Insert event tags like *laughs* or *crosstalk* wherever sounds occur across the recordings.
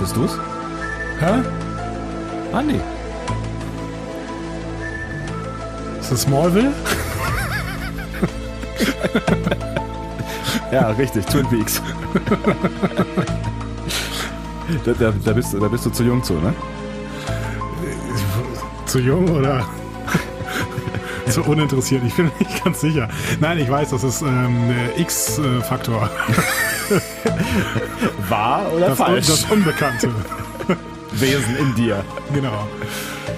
Bist du's? Hä? Andi. Ist das Smallville? Ja, richtig, Twin *laughs* Peaks. da, da, da, bist, du- da bist du zu jung zu, ne? Zu jung *laughs* oder zu uninteressiert? Ich bin mir nicht ganz sicher. Nein, ich weiß, das ist ähm, der X-Faktor. Wahr oder Das, Un- das *laughs* Unbekannte. Wesen in dir. genau.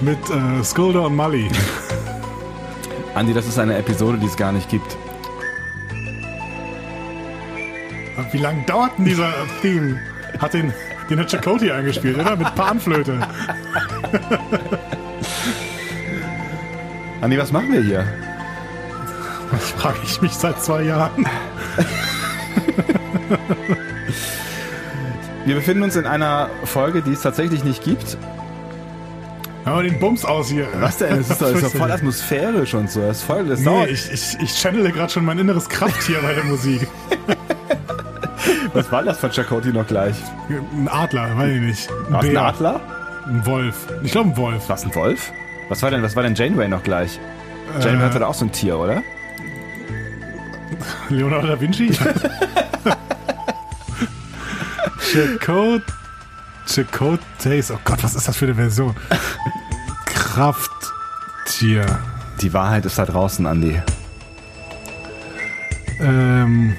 Mit äh, Skulder und Mully. Andi, das ist eine Episode, die es gar nicht gibt. Wie lange dauert denn dieser Theme? Hat den, den hat Chakoti eingespielt, oder? Mit Panflöte. Andi, was machen wir hier? Das frage ich mich seit zwei Jahren. Wir befinden uns in einer Folge, die es tatsächlich nicht gibt. Hör mal den Bums aus hier. Was denn? Das ist doch, das ist doch *laughs* voll das atmosphärisch und so. Das ist voll, das *laughs* Nee, dauert. ich, ich, ich channele gerade schon mein inneres Krafttier bei der Musik. Was war das von Chakoti noch gleich? Ein Adler, weiß ich nicht. War es ein Bär, Adler? Ein Wolf. Ich glaube ein Wolf. War es ein Wolf? Was war denn, was war denn Janeway noch gleich? Janeway hatte da auch so ein Tier, oder? Leonardo da Vinci? Chakot. Chakotes. Oh Gott, was ist das für eine Version? Krafttier. Die Wahrheit ist da draußen, Andi. Ähm.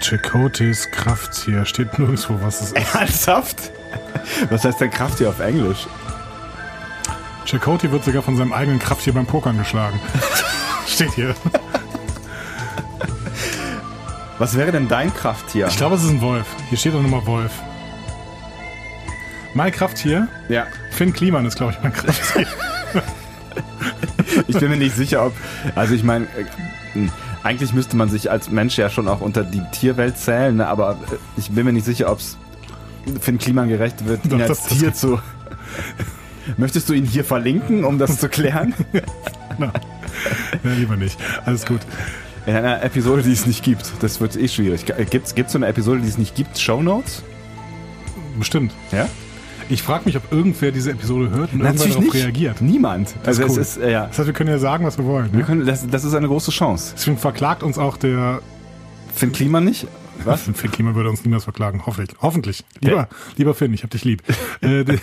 Chakotes Krafttier. Steht nirgendwo, was es *laughs* ist. Ernsthaft? Was heißt denn Krafttier auf Englisch? Chakoti wird sogar von seinem eigenen Krafttier beim Pokern geschlagen. Steht hier. Was wäre denn dein Krafttier? Ich glaube, es ist ein Wolf. Hier steht doch nochmal Wolf. Mein Krafttier? ja, Finn Kliman ist, glaube ich, mein Krafttier. *laughs* ich bin mir nicht sicher, ob. Also ich meine, äh, mh, eigentlich müsste man sich als Mensch ja schon auch unter die Tierwelt zählen, ne, aber äh, ich bin mir nicht sicher, ob es Finn Kliman gerecht wird, ihn Doch, als das- das- Tier zu. *laughs* Möchtest du ihn hier verlinken, um das zu klären? Na, na, lieber nicht. Alles gut. *laughs* In einer Episode, die es nicht gibt. Das wird eh schwierig. Gibt es so eine Episode, die es nicht gibt? Shownotes? Bestimmt. Ja? Ich frage mich, ob irgendwer diese Episode hört und irgendwer Natürlich darauf nicht. reagiert. Niemand. ist also cool. es ist, äh, ja. Das heißt, wir können ja sagen, was wir wollen. Wir Ne? können, das, das ist eine große Chance. Deswegen verklagt uns auch der. Finn Kliman nicht? Was? *laughs* Finn Kliman würde uns niemals verklagen, hoffe ich. Hoffentlich. Lieber, lieber Finn, ich hab *laughs* dich lieb. äh, de-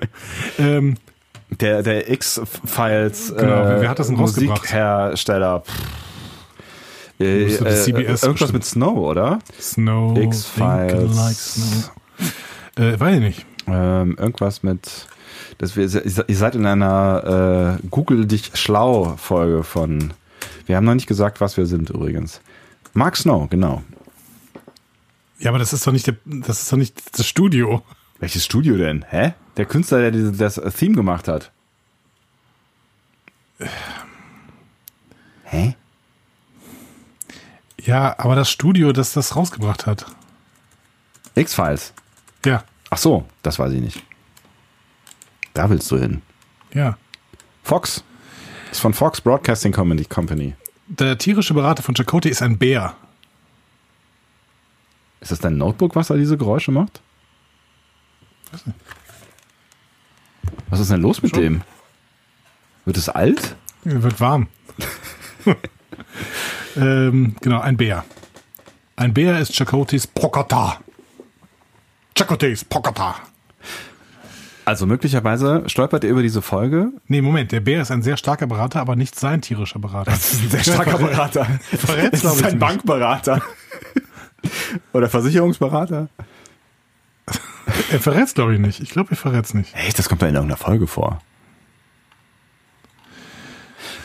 *laughs* ähm, Der, der X-Files. äh, Genau, wer- wer hat das denn rausgebracht? Musikhersteller. Pff. Äh, Müsste das CBS irgendwas bestimmt. mit Snow, oder? Snow. X-Files. Thinking Like Snow. Äh, weiß ich nicht. Ähm, irgendwas mit. Das wir, ihr seid in einer äh, Google dich schlau Folge von. Wir haben noch nicht gesagt, was wir sind übrigens. Mark Snow, genau. Ja, aber das ist doch nicht der, das ist doch nicht das Studio. Welches Studio denn? Hä? Der Künstler, der diese, das Theme gemacht hat. Äh. Hä? Ja, aber das Studio, das das rausgebracht hat. X-Files. Ja, Ach so, das weiß ich nicht. Da willst du hin. ja. Fox. Ist von Fox Broadcasting Company. Company. Der tierische Berater von Chakotay ist ein Bär. Ist das dein Notebook, was da diese Geräusche macht? Was ist denn los mit dem? Wird es alt? Er *laughs* Wird warm. ähm, genau, ein Bär. Ein Bär ist Chakotis Pokata. Chakotis Pokata. Also möglicherweise stolpert er über diese Folge. Nee, Moment, der Bär ist ein sehr starker Berater, aber nicht sein tierischer Berater. Das ist ein sehr *laughs* Berater. Verrät's, Das glaub ist ich, ein *laughs* nicht. Bankberater. Oder Versicherungsberater. Er verrät's, glaube ich, nicht. Ich glaube, er verrät's nicht. Echt, das kommt da in irgendeiner Folge vor.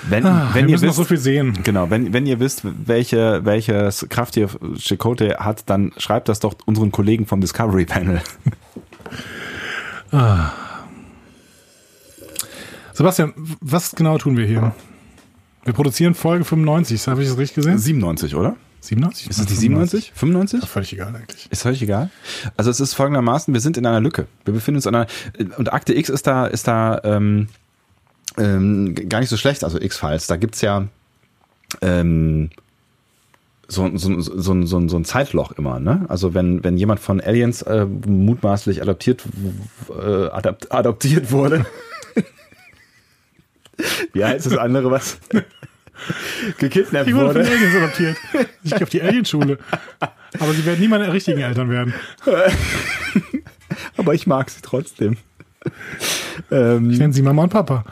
Wenn, Ah, Wir Ah. wenn ihr müssen noch wisst, so viel sehen. genau, wenn, wenn ihr wisst, welche, welches Krafttier Chicote hat, dann schreibt das doch unseren Kollegen vom Discovery Panel. Sebastian, was genau tun wir hier? Wir produzieren Folge 95, habe ich das richtig gesehen? 97, oder? 97? Ist es die 97? 95? Völlig egal eigentlich. Ist völlig egal. Also es ist folgendermaßen, wir sind in einer Lücke. Wir befinden uns in einer, und Akte X ist da, ist da ähm, ähm, g- gar nicht so schlecht, also X-Files. Da gibt's ja ähm, so, so, so, so, so, so ein Zeitloch immer, ne? Also wenn, wenn jemand von Aliens äh, mutmaßlich adoptiert, äh, adapt, adoptiert wurde. *laughs* Wie heißt das andere was? *laughs* Gekidnappt Ich wurde von wurde. Aliens adoptiert. Ich gehe auf die Alienschule. Aber sie werden nie meine richtigen Eltern werden. Aber ich mag sie trotzdem. Ich Ähm, nenne sie Mama und Papa.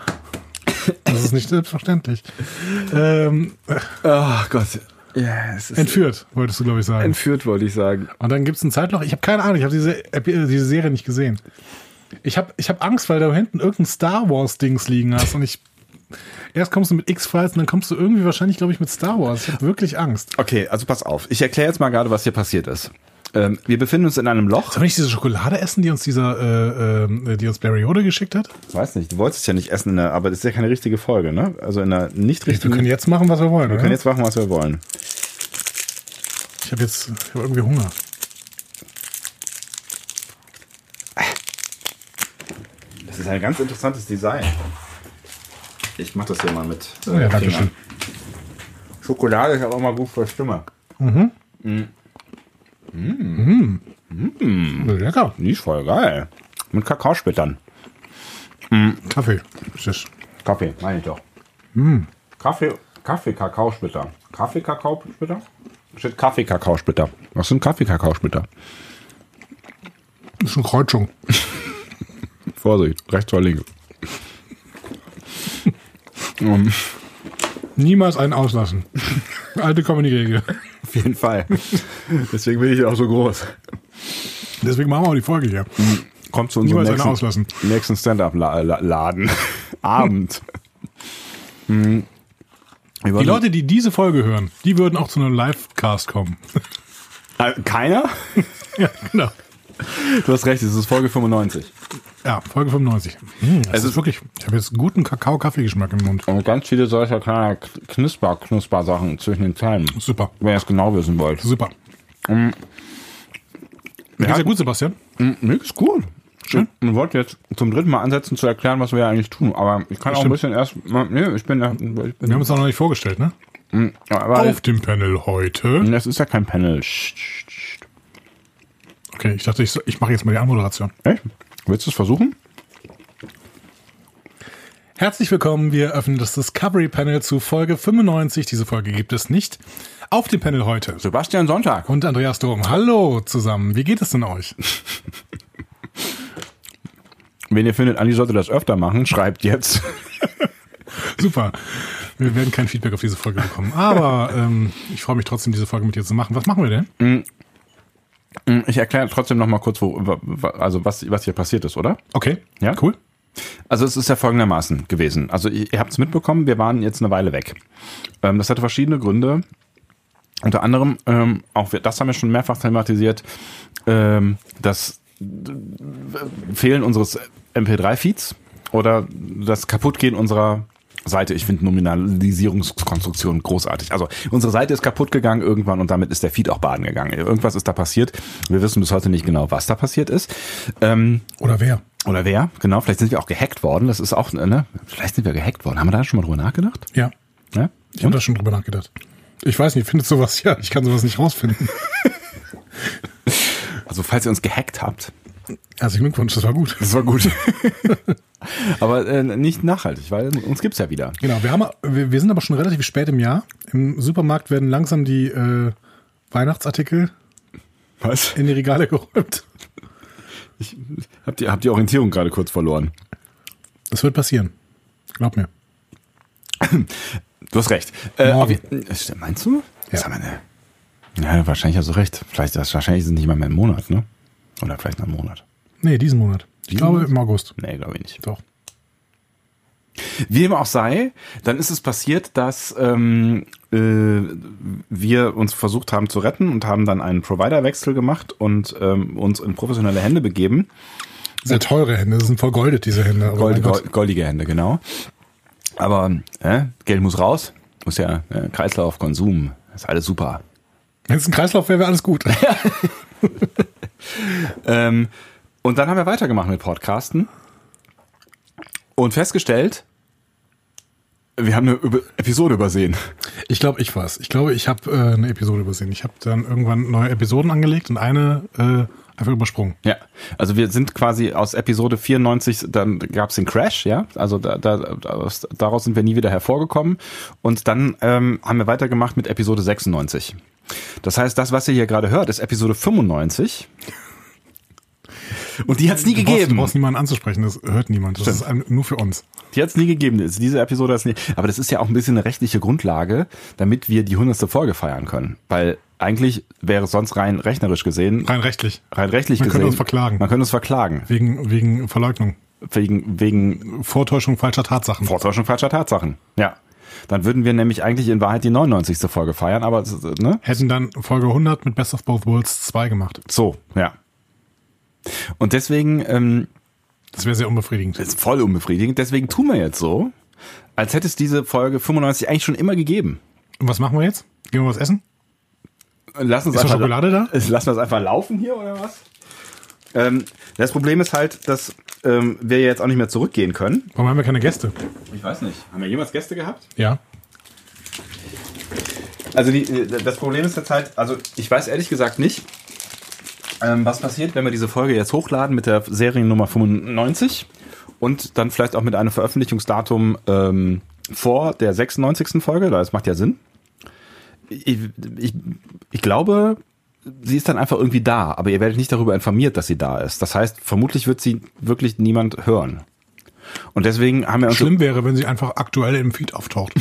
Das ist nicht selbstverständlich. Ähm, ach Gott. Ja, es ist entführt, wolltest du, glaube ich, sagen. entführt, wollte ich sagen. Und dann gibt's ein Zeitloch. Ich habe keine Ahnung, ich habe diese, Epi- äh, diese Serie nicht gesehen. Ich habe ich hab Angst, weil du hinten irgendein Star Wars-Dings liegen hast. Und ich. Erst kommst du mit X-Files und dann kommst du irgendwie wahrscheinlich, glaube ich, mit Star Wars. Ich habe wirklich Angst. Okay, also pass auf. Ich erkläre jetzt mal gerade, was hier passiert ist. Ähm, wir befinden uns in einem Loch. Sollen wir nicht diese Schokolade essen, die uns dieser, äh, äh, die uns Barry Ode geschickt hat? Ich weiß nicht, du wolltest es ja nicht essen, in der, aber das ist ja keine richtige Folge, ne? Also in der nicht Wir richtigen. können jetzt machen, was wir wollen. wir oder? können jetzt machen, was wir wollen. ich habe jetzt ich hab irgendwie Hunger. Das ist ein ganz interessantes Design. Ich mach das hier mal mit. äh, Oh ja, danke schön. Schokolade ist aber auch mal gut für die Stimme. Lecker. Die ist voll geil. Mit Kakaosplittern. Kaffee. Tschüss. Kaffee, meine ich doch. Hm. Kaffee, Kaffee, Kakaosplitter. Kaffee, Kakaosplitter? Steht Kaffee, Kakaosplitter. Was sind Kaffee, Kakaosplitter? Ist eine Kreuzung. Vorsicht, rechts oder links. Niemals einen auslassen. *laughs* Alte Comedy-Regel. Auf jeden Fall. *laughs* Deswegen bin ich auch so groß. Deswegen machen wir auch die Folge hier. Kommt zu unserem Niemals einen nächsten, auslassen. nächsten Stand-Up-Laden. *laughs* Abend. Hm. Wir Die wollen- Leute, die diese Folge hören, die würden auch zu einem Livecast kommen. *laughs* Äh, keiner? ja, genau. Du hast recht, es ist Folge 95. Ja, Folge 95. Hm, das ist wirklich, ich habe jetzt guten Kakao-Kaffeegeschmack im Mund. Und ganz viele solcher kleiner Knusper-Knusper-Sachen zwischen den Zeilen. Super, Wenn ihr es genau wissen wollt. super. Mir geht's Mhm. ja gut, Sebastian. Mir ist gut. Schön. Ich wollte jetzt zum dritten Mal ansetzen, zu erklären, was wir ja eigentlich tun. Aber ich kann auch ein bisschen erst. Nee, ich bin. Ich Wir bin haben uns auch noch nicht vorgestellt, ne? aber Auf dem Panel heute. das ist ja kein Panel. Sch- sch- sch. Okay, ich dachte, ich, so- ich mache jetzt mal die Anmoderation. Echt? Willst du es versuchen? Herzlich willkommen, wir öffnen das Discovery Panel zu Folge 95. Diese Folge gibt es nicht. Auf dem Panel heute. Sebastian Sonntag. Und Andreas Dom. Hallo zusammen, wie geht es denn euch? Wenn ihr findet, Andi sollte das öfter machen, schreibt jetzt. Super. Wir werden kein Feedback auf diese Folge bekommen. Aber ähm, ich freue mich trotzdem, diese Folge mit dir zu machen. Was machen wir denn? Ich erkläre trotzdem nochmal kurz, wo, wa- also was, was hier passiert ist, oder? Okay. Ja? Cool. Also es ist ja folgendermaßen gewesen. Also ihr ihr habt es mitbekommen, wir waren jetzt eine Weile weg. Ähm, das hatte verschiedene Gründe. Unter anderem, ähm, auch wir, das haben wir schon mehrfach thematisiert, ähm, das äh, Fehlen unseres MP3-Feeds oder das Kaputtgehen unserer Seite. Ich finde Nominalisierungskonstruktion großartig. Also unsere Seite ist kaputt gegangen irgendwann und damit ist der Feed auch baden gegangen. Irgendwas ist da passiert. Wir wissen bis heute nicht genau, was da passiert ist. Ähm, Oder wer? oder wer? Genau, vielleicht sind wir auch gehackt worden. Das ist auch, ne? Vielleicht sind wir gehackt worden. Haben wir da schon mal drüber nachgedacht? Ne? Ja. Ja? Ich habe da schon drüber nachgedacht. Ich weiß nicht, findet sowas *laughs* ja. Ich kann sowas nicht rausfinden. Also, falls ihr uns gehackt habt, Herzlichen Glückwunsch, das war gut. das war gut. *laughs* Aber äh, nicht nachhaltig, weil uns gibt's ja wieder. Genau, wir, haben, wir, wir sind aber schon relativ spät im Jahr. Im Supermarkt werden langsam die äh, Weihnachtsartikel Was? in die Regale *laughs* geräumt. Ich hab die, hab die Orientierung gerade kurz verloren. Das wird passieren. Glaub mir. Du hast recht. Äh, Morgen. auf je- äh, stimmt, meinst du? Ja. Sag mal, ne? ja, wahrscheinlich hast du recht. Vielleicht, das, wahrscheinlich ist es nicht mal mehr ein Monat, ne? Oder vielleicht noch ein Monat. Nee, diesen Monat. Ich Diesen glaube Monat? im August. Nee, glaube ich nicht. Doch. Wie dem auch sei, dann ist es passiert, dass ähm, äh, wir uns versucht haben zu retten und haben dann einen Providerwechsel gemacht und ähm, uns in professionelle Hände begeben. Sehr teure Hände. Das sind vergoldet, diese Hände. Aber Gold, mein Gott. gold, goldige Hände, genau. Aber äh, Geld muss raus, muss ja äh, Kreislauf, Konsum, ist alles super. Wenn es ein Kreislauf wäre, wäre *laughs* alles gut. Ähm, und dann haben wir weitergemacht mit Podcasten und festgestellt, wir haben eine Über Episode übersehen. Ich glaube, ich war's. Ich glaube, ich habe äh, eine Episode übersehen. Ich habe dann irgendwann neue Episoden angelegt und eine äh, einfach übersprungen. Ja, also wir sind quasi aus Episode 94, dann gab es den Crash, ja, also da, da, aus- daraus sind wir nie wieder hervorgekommen und dann ähm, haben wir weitergemacht mit Episode 96. Das heißt, das, was ihr hier gerade hört, ist Episode 95 und die hat's nie Du brauchst, du gegeben. brauchst niemanden anzusprechen, das hört niemand. Das ist ein, nur für uns. Die hat's nie gegeben. Ist Diese Episode hat's nie. Aber das ist ja auch ein bisschen eine rechtliche Grundlage, damit wir die 100. Folge feiern können. Weil eigentlich wäre es sonst rein rechnerisch gesehen, Rein rechtlich. rein rechtlich Man gesehen. könnte uns verklagen. Man könnte uns verklagen. Wegen, wegen Verleugnung. Wegen, wegen Vortäuschung falscher Tatsachen. Vortäuschung falscher Tatsachen. Ja. Dann würden wir nämlich eigentlich in Wahrheit die 99. Folge feiern, aber es ist, ne? Hätten dann Folge 100 mit Best of Both Worlds 2 gemacht. So, ja. Und deswegen, ähm, Das wäre sehr unbefriedigend. ist voll unbefriedigend, deswegen tun wir jetzt so, als hätte es diese Folge 95 eigentlich schon immer gegeben. Und was machen wir jetzt? Gehen wir was essen? Lass uns Ist noch einfach *laughs* Schokolade da? Lassen wir es einfach laufen hier oder was? Ähm, das Problem ist halt, dass ähm, wir jetzt auch nicht mehr zurückgehen können. Warum haben wir keine Gäste? Ich weiß nicht. Haben wir jemals Gäste gehabt? Ja. Also die, äh, das Problem ist jetzt halt, also ich weiß ehrlich gesagt nicht, ähm, was passiert, wenn wir diese Folge jetzt hochladen mit der Seriennummer 95 und dann vielleicht auch mit einem Veröffentlichungsdatum ähm, vor der 96. Folge, weil das macht ja Sinn. Ich, ich, ich glaube, sie ist dann einfach irgendwie da, aber ihr werdet nicht darüber informiert, dass sie da ist. Das heißt, vermutlich wird sie wirklich niemand hören. Und deswegen haben wir uns Schlimm wäre, wenn sie einfach aktuell im Feed auftaucht.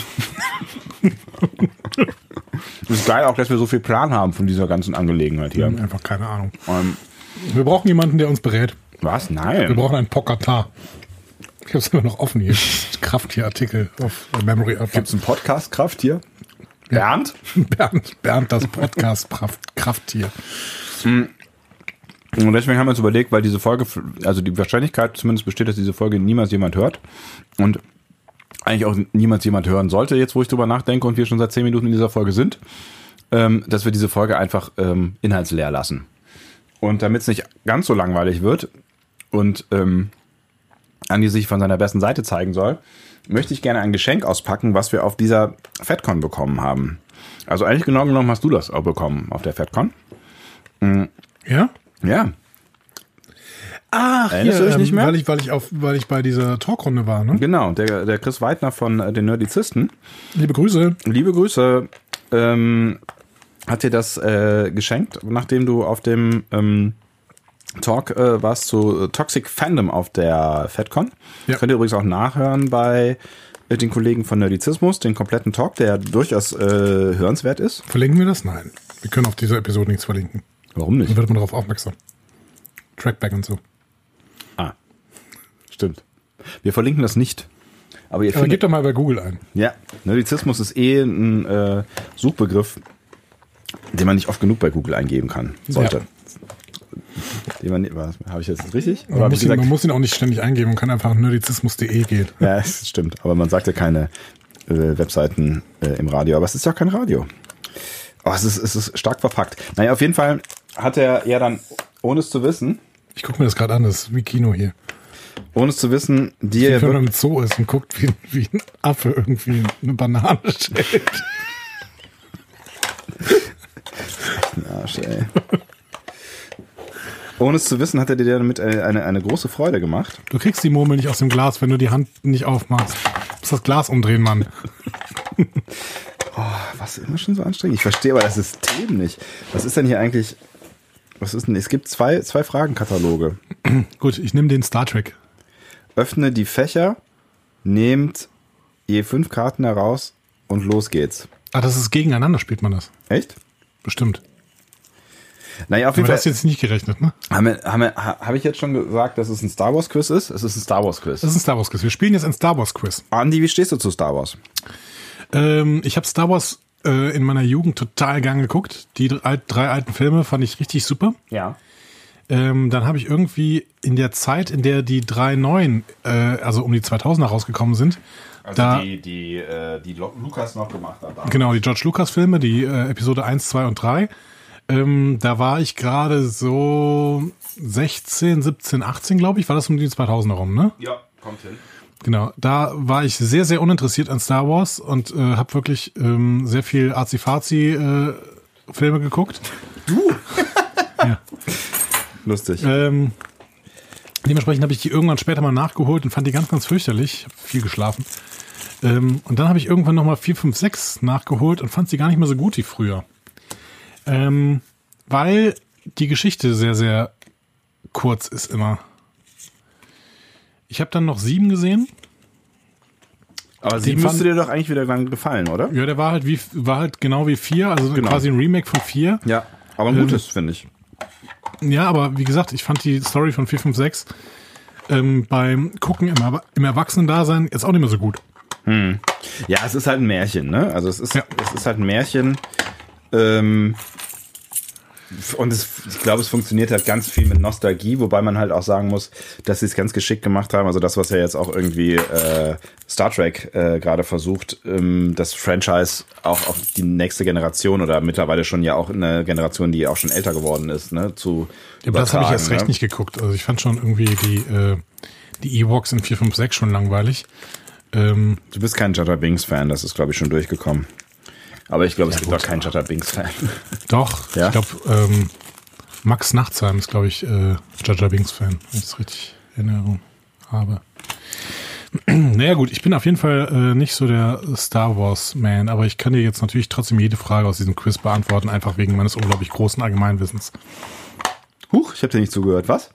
*laughs* es ist geil auch, dass wir so viel Plan haben von dieser ganzen Angelegenheit hier. Einfach keine Ahnung. Ähm, Wir brauchen jemanden, der uns berät. was? Nein. Wir brauchen einen Pokatar. Ich habe es immer noch offen hier. Krafttier-Artikel auf Memory of Gibt's einen Podcast Kraft hier? Bernd? Bernd, Bernd, das Podcast Kraft- Krafttier. Und deswegen haben wir uns überlegt, weil diese Folge, also die Wahrscheinlichkeit zumindest besteht, dass diese Folge niemals jemand hört. Und eigentlich auch niemals jemand hören sollte, jetzt wo ich drüber nachdenke und wir schon seit zehn Minuten in dieser Folge sind, ähm, dass wir diese Folge einfach ähm, inhaltsleer lassen. Und damit es nicht ganz so langweilig wird und ähm, Andi sich von seiner besten Seite zeigen soll, möchte ich gerne ein Geschenk auspacken, was wir auf dieser FedCon bekommen haben. Also eigentlich genau genommen hast du das auch bekommen auf der FedCon. Ja? Ja, Ach, ähm, Erinnerst du dich nicht mehr? Weil ich, weil ich, auf, weil ich bei dieser Talkrunde war. Ne? Genau, der, der Chris Weidner von äh, den Nerdizisten. Liebe Grüße. Liebe Grüße. Ähm, hat dir das äh, geschenkt, nachdem du auf dem ähm, Talk äh, warst zu äh, Toxic Fandom auf der FedCon. Ja. Könnt ihr übrigens auch nachhören bei äh, den Kollegen von Nerdizismus, den kompletten Talk, der durchaus äh, hörenswert ist. Verlinken wir das? Nein. Wir können auf dieser Episode nichts verlinken. Warum Dann nicht? wird man darauf aufmerksam. Trackback und so. Ah, stimmt. Wir verlinken das nicht. Aber ihr Aber findet gebt doch mal bei Google ein. Ja, Nerdizismus ist eh ein äh, Suchbegriff, den man nicht oft genug bei Google eingeben kann. Sollte. Den man, was, habe ich jetzt richtig? Oder Man hab ich muss, ihn, gesagt, man muss ihn auch nicht ständig eingeben. Man kann einfach nerdizismus.de gehen. ja, es stimmt. Aber man sagt ja keine äh, Webseiten äh, im Radio. Aber es ist ja auch kein Radio. Oh, es, ist, es ist stark verpackt. Naja, auf jeden Fall hat er ja dann, ohne es zu wissen, Ich gucke mir das gerade an. Das ist wie Kino hier. ohne es zu wissen, dir ja Wenn man wirklich- im Zoo ist und guckt, wie, wie ein Affe irgendwie eine Banane stellt. Arsch, ey. Ohne es zu wissen, hat er dir damit eine, eine, eine große Freude gemacht. Du kriegst die Murmel nicht aus dem Glas, wenn du die Hand nicht aufmachst. Du musst das Glas umdrehen, Mann. Was immer schon so anstrengend. Ich verstehe aber das System nicht. Was ist denn hier eigentlich? Was ist denn? Es gibt zwei, zwei Fragenkataloge. Gut, ich nehme den Star Trek. Öffne die Fächer, nehmt je fünf Karten heraus und los geht's. Ah, das ist gegeneinander, spielt man das. Echt? Bestimmt. Naja, auf jeden Aber Fall das ist jetzt nicht gerechnet, ne? haben wir- haben wir- ha- habe ich jetzt schon gesagt, dass es ein Star Wars Quiz ist. Es ist ein Star Wars Quiz. Das ist ein Star Wars Quiz. Wir spielen jetzt ein Star Wars Quiz. Andi, wie stehst du zu Star Wars? Ähm, ich habe Star Wars äh, in meiner Jugend total gern geguckt. Die dr- alt- drei alten Filme fand ich richtig super. Ja. Ähm, dann habe ich irgendwie in der Zeit, in der die drei neuen, äh, also um die 2000er rausgekommen sind, da Also die, äh, die Lukas noch gemacht hat. Genau, die George Lucas Filme, die äh, Episode 1, 2 und 3. Ähm, da war ich gerade so 16, 17, 18, glaube ich, war das um die 2000er rum, ne? Ja, kommt hin. Genau, da war ich sehr, sehr uninteressiert an Star Wars und äh, habe wirklich ähm, sehr viel Arzi-Fazi-Filme geguckt. Du? Ja. Lustig. Ähm, dementsprechend habe ich die irgendwann später mal nachgeholt und fand die ganz, ganz fürchterlich. Ich habe viel geschlafen. Ähm, und dann habe ich irgendwann nochmal 4, 5, 6 nachgeholt und fand sie gar nicht mehr so gut wie früher. Ähm, weil die Geschichte sehr, sehr kurz ist immer. Ich habe dann noch 7 gesehen. Aber sie Den müsste fand- dir doch eigentlich wieder lang gefallen, oder? Ja, der war halt, wie, war halt genau wie 4, also Genau. quasi ein Remake von 4. Ja. Aber Ähm, ein gutes, finde ich. Ja, aber wie gesagt, ich fand die Story von 456 ähm, beim Gucken im, Erwa- im Erwachsenen-Dasein jetzt auch nicht mehr so gut. Ja, es ist halt ein Märchen, ne? Also es ist, Ja. es ist halt ein Märchen. Ähm, f- und es, ich glaube, es funktioniert halt ganz viel mit Nostalgie, wobei man halt auch sagen muss, dass sie es ganz geschickt gemacht haben. Also das, was ja jetzt auch irgendwie äh, Star Trek äh, gerade versucht, ähm, das Franchise auch auf die nächste Generation oder mittlerweile schon ja auch eine Generation, die auch schon älter geworden ist, ne? Zu Aber das habe ich übertragen, erst recht ne? nicht geguckt. Also ich fand schon irgendwie die, äh, die Ewoks in 456 schon langweilig. Ähm, Du bist kein Jaja Binks-Fan, das ist, glaube ich, schon durchgekommen. Aber ich glaube, es gibt gut, auch keinen Jaja Binks-Fan. doch, Ja? ich glaube, ähm, Max Nachtsheim ist, glaube ich, äh, Jaja Binks-Fan, wenn ich es richtig in Erinnerung habe. *clears throat* naja gut, ich bin auf jeden Fall äh, nicht so der Star Wars-Man, aber ich kann dir jetzt natürlich trotzdem jede Frage aus diesem Quiz beantworten, einfach wegen meines unglaublich großen Allgemeinwissens. Huch, ich habe dir nicht zugehört. Was?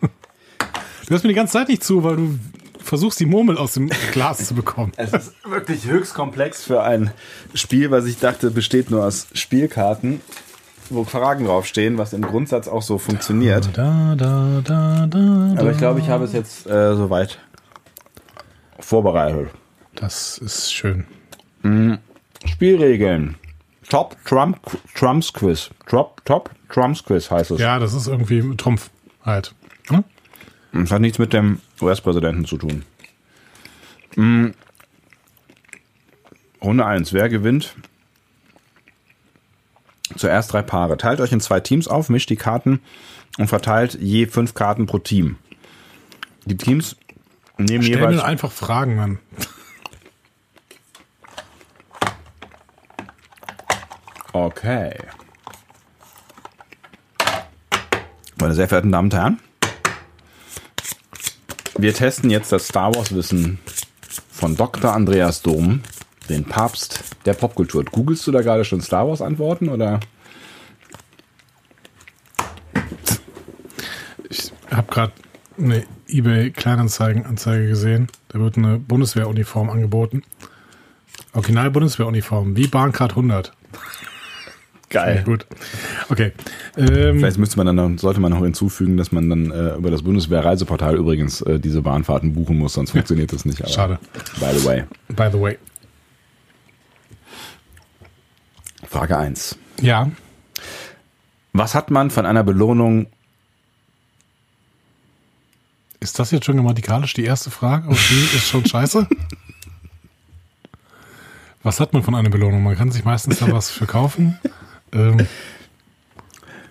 Du hörst mir die ganze Zeit nicht zu, weil du versuchst, die Murmel aus dem Glas zu bekommen. Es ist wirklich höchst komplex für ein Spiel, was ich dachte, besteht nur aus Spielkarten, wo Fragen draufstehen, was im Grundsatz auch so funktioniert. Da, da, da, da, da. Aber ich glaube, ich habe es jetzt äh, soweit vorbereitet. Das ist schön. Spielregeln. Top Trump, Trumps Quiz. Top, top Trumps Quiz heißt es. Ja, das ist irgendwie ein Trumpf halt. Ne? Es Hm, hat nichts mit dem US-Präsidenten zu tun. Mm. Runde 1. Wer gewinnt? Zuerst drei Paare. Teilt euch in zwei Teams auf, mischt die Karten und verteilt je fünf Karten pro Team. Die Teams nehmen Stell jeweils. mir einfach Fragen an. Okay. Meine sehr verehrten Damen und Herren, wir testen jetzt das Star Wars-Wissen von Dr. Andreas Dom, den Papst der Popkultur. Googlest du da gerade schon Star Wars-Antworten oder? Ich habe gerade eine eBay Kleinanzeigen-Anzeige gesehen. Da wird eine Bundeswehruniform angeboten. Original Bundeswehruniform, wie Bahncard 100. Ja, Geil. gut. Okay. Ähm, Vielleicht müsste man dann noch, sollte man noch hinzufügen, dass man dann äh, über das Bundeswehr-Reiseportal übrigens äh, diese Bahnfahrten buchen muss, *laughs* sonst funktioniert das nicht. Aber, Schade. By the way. by the way. Frage 1. Ja, Was hat man von einer Belohnung ist das jetzt schon grammatikalisch die erste Frage? Auf die ist schon scheiße. Was hat man von einer Belohnung? Man kann sich meistens da was für kaufen. Ähm,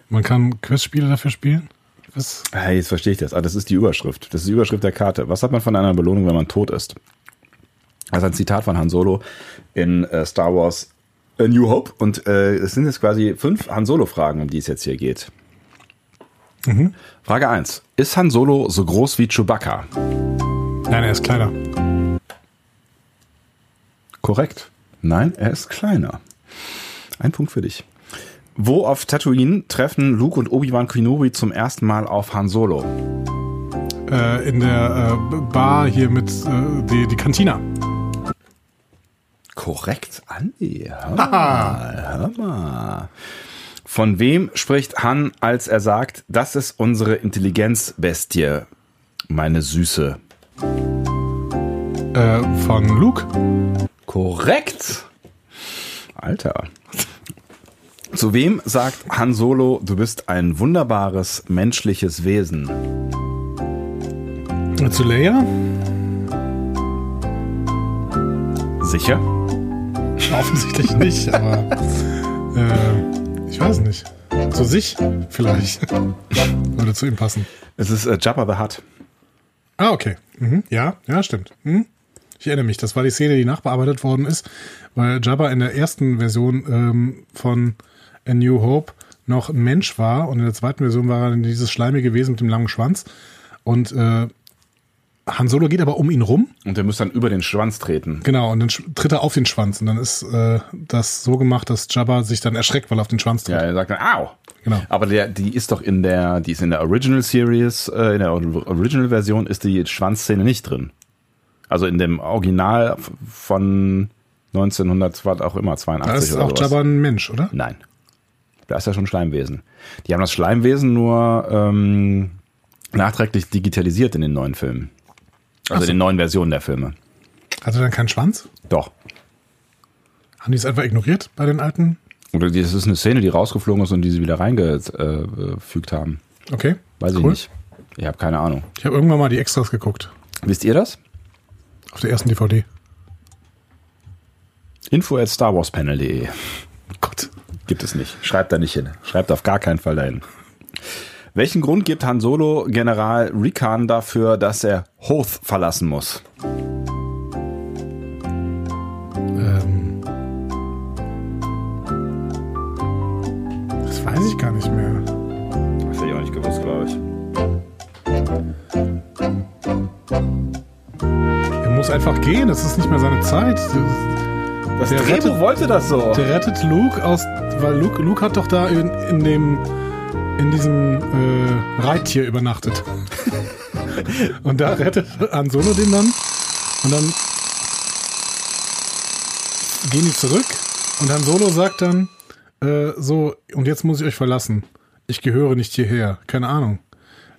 man kann Quizspiele dafür spielen. Was? Ah, jetzt verstehe ich das. Ah, das ist die Überschrift. Das ist die Überschrift der Karte. Was hat man von einer Belohnung, wenn man tot ist? Das ist ein Zitat von Han Solo in äh, Star Wars A New Hope. Und äh, es sind jetzt quasi fünf Han Solo-Fragen, um die es jetzt hier geht. Frage 1. Ist Han Solo so groß wie Chewbacca? Nein, er ist kleiner. Korrekt. Nein, er ist kleiner. Ein Punkt für dich. Wo auf Tatooine treffen Luke und Obi-Wan Kenobi zum ersten Mal auf Han Solo? Äh, in der äh, B- Bar hier mit äh, die, die Kantina. Korrekt, Andi. Hör mal, hör mal. Von wem spricht Han, als er sagt, das ist unsere Intelligenzbestie, meine Süße? Äh, von Luke. Korrekt. Alter. Zu wem sagt Han Solo, du bist ein wunderbares menschliches Wesen? Äh, Zu Leia. Sicher? Offensichtlich nicht, aber äh, ich weiß nicht. Zu sich vielleicht. Würde zu ihm passen. Es ist äh, Jabba the Hutt. Ah, okay. Mhm. Ja, ja, stimmt. Mhm. Ich erinnere mich, das war die Szene, die nachbearbeitet worden ist, weil Jabba in der ersten Version ähm, von A New Hope noch ein Mensch war und in der zweiten Version war er dann dieses schleimige Wesen mit dem langen Schwanz. Und äh, Han Solo geht aber um ihn rum, Und der muss dann über den Schwanz treten. genau, und dann sch- tritt er auf den Schwanz und dann ist äh, das so gemacht, dass Jabba sich dann erschreckt, weil er auf den Schwanz tritt. Ja, er sagt dann, au! Genau. Aber der, die ist doch in der, die ist in der Original Series, äh, in der Or- Original Version ist die Schwanzszene nicht drin. Also in dem Original f- von 1900, was auch immer, 82 Da ist oder auch sowas. Jabba ein Mensch, oder? Nein. Da ist ja schon Schleimwesen. Die haben das Schleimwesen nur ähm, nachträglich digitalisiert in den neuen Filmen. Also Ach so. in den neuen Versionen der Filme. Hat er dann keinen Schwanz? Doch. Haben die es einfach ignoriert bei den alten? Oder das ist eine Szene, die rausgeflogen ist und die sie wieder reingefügt äh, haben. Okay. Weiß ich cool. nicht. Ich habe keine Ahnung. Ich habe irgendwann mal die Extras geguckt. Wisst ihr das? Auf der ersten DVD. Info at starwarspanel.de. Gott. Gibt es nicht. Schreibt da nicht hin. Schreibt auf gar keinen Fall dahin. Welchen Grund gibt Han Solo General Rikan dafür, dass er Hoth verlassen muss? Ähm. Das weiß ich gar nicht mehr. Das hätte ich auch nicht gewusst, glaube ich. Er muss einfach gehen, das ist nicht mehr seine Zeit. Das Der Drehbuch rettet- wollte das so. Der rettet Luke aus. Weil Luke, Luke hat doch da in, in dem. in diesem äh, Reittier übernachtet. Und da rettet Han Solo den dann. Und dann gehen die zurück. Und Han Solo sagt dann: äh, So, und jetzt muss ich euch verlassen. Ich gehöre nicht hierher. Keine Ahnung.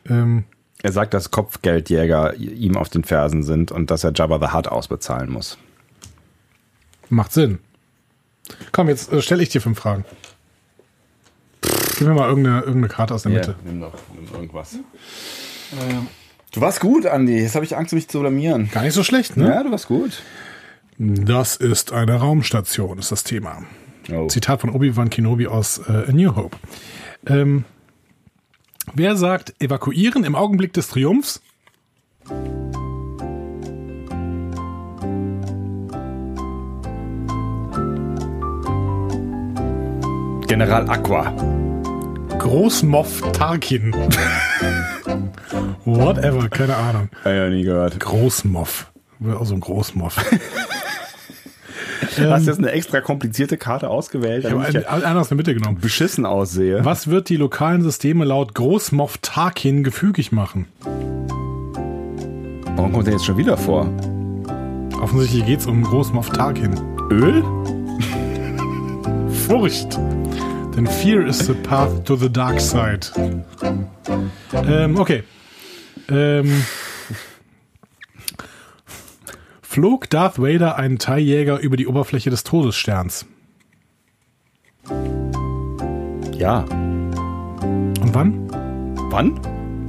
Ähm, Er sagt, dass Kopfgeldjäger ihm auf den Fersen sind und dass er Jabba the Hutt ausbezahlen muss. Macht Sinn. Komm, jetzt äh, stelle ich dir fünf Fragen. Gib mir mal irgendeine, irgendeine Karte aus der Mitte. nimm doch irgendwas. Du warst gut, Andi. Jetzt habe ich Angst, mich zu blamieren. Gar nicht so schlecht, ne? Ja, du warst gut. Das ist eine Raumstation, ist das Thema. Oh. Zitat von Obi-Wan Kenobi aus äh, A New Hope. Ähm, wer sagt, evakuieren im Augenblick des Triumphs? General Aqua. Großmoff Tarkin. *laughs* Whatever, keine Ahnung. Hab ich noch nie gehört. Großmoff. Auch so ein Großmoff. Hast jetzt eine extra komplizierte Karte ausgewählt, Ich habe damit Ähm, ich einen, *laughs* ja einen aus der Mitte genommen. beschissen aussehe. Was wird die lokalen Systeme laut Großmoff Tarkin gefügig machen? Warum kommt der jetzt schon wieder vor? Offensichtlich geht es um Großmoff Tarkin. Öl? Furcht! Denn Fear is the path to the dark side. Ähm, okay. Ähm, flog Darth Vader einen TIE-Jäger über die Oberfläche des Todessterns? Ja. Und wann? Wann?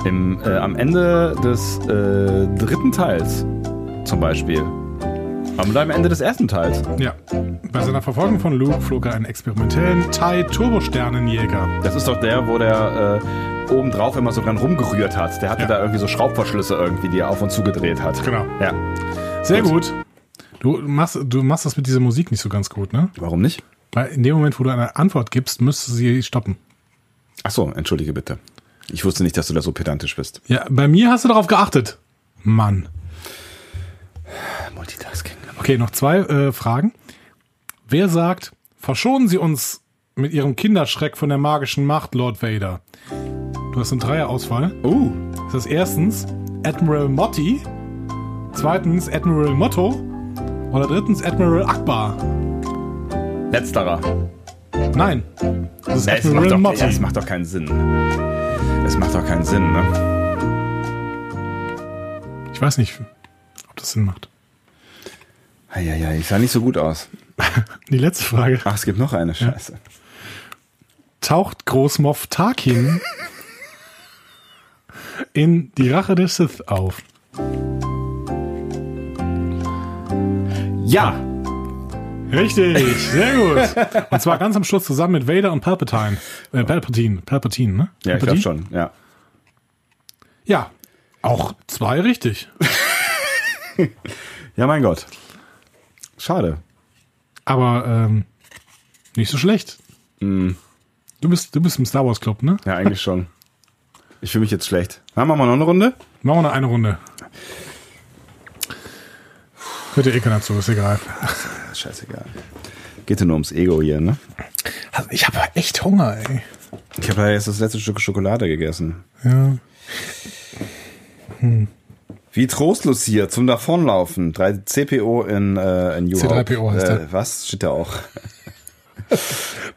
Im, äh, am Ende des äh, dritten Teils zum Beispiel. Am, am Ende des ersten Teils. Ja. Bei seiner Verfolgung von Luke flog er einen experimentellen TIE-Turbosternenjäger. Das ist doch der, wo der äh, obendrauf immer so dran rumgerührt hat. Der hatte Ja. da irgendwie so Schraubverschlüsse irgendwie, die er auf und zugedreht hat. Genau. Ja. Sehr gut. Du machst, du machst das mit dieser Musik nicht so ganz gut, ne? Warum nicht? Weil in dem Moment, wo du eine Antwort gibst, müsste sie stoppen. Ach so, entschuldige bitte. Ich wusste nicht, dass du da so pedantisch bist. Ja, bei mir hast du darauf geachtet. Mann. Multitasking. Okay, noch zwei äh, Fragen. Wer sagt, verschonen Sie uns mit Ihrem Kinderschreck von der magischen Macht, Lord Vader? Du hast einen Dreierauswahl. Uh, Das ist erstens Admiral Motti, zweitens Admiral Motto oder drittens Admiral Akbar. letzterer. Nein, das ist Ja, es Admiral macht doch, Motti. ja, es macht doch keinen Sinn. Es macht doch keinen Sinn, ne? Ich weiß nicht, ob das Sinn macht. Eieiei, ich sah nicht so gut aus. Die letzte Frage. Ach, es gibt noch eine Scheiße. taucht Großmoff Tarkin in die Rache der Sith auf. Ja! Richtig, sehr gut. Und zwar ganz am Schluss zusammen mit Vader und Palpatine. Äh, Palpatine, Palpatine, ne? Ja, ich glaube Palpatine? schon, ja. Ja, auch zwei richtig. ja, mein Gott. Schade. Aber ähm, nicht so schlecht. Du, bist, du bist im Star Wars Club, ne? Mm. Ja, eigentlich schon. Ich fühle mich jetzt schlecht. Na, machen wir noch eine Runde? Machen wir noch eine Runde. Hört ja eh keiner zu, ist egal. Ja, scheißegal. Geht ja nur ums Ego hier, ne? Ich habe echt Hunger, ey. Ich habe ja jetzt das letzte Stück Schokolade gegessen. Ja. Wie trostlos hier zum Davonlaufen. 3 CPO in, äh, in Juhau. C3PO heißt äh, der. Was? Steht da auch.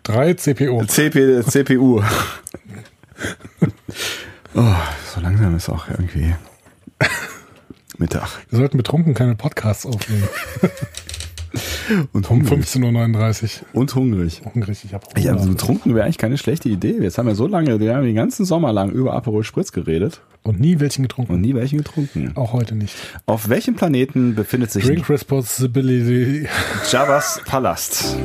Drei CPO. CP, *laughs* CPU. oh, so langsam ist auch irgendwie Mittag. Wir sollten betrunken keine Podcasts aufnehmen. Und Um hungrig. 15.39 Uhr. Und hungrig. Hungrig, ich habe Hunger. Ja, also betrunken wäre eigentlich keine schlechte Idee. Jetzt haben wir so lange, wir haben den ganzen Sommer lang über Aperol Spritz geredet Und nie welchen getrunken. und nie welchen getrunken. Auch heute nicht. Auf welchem Planeten befindet sich Drink Responsibility. Javas Palast?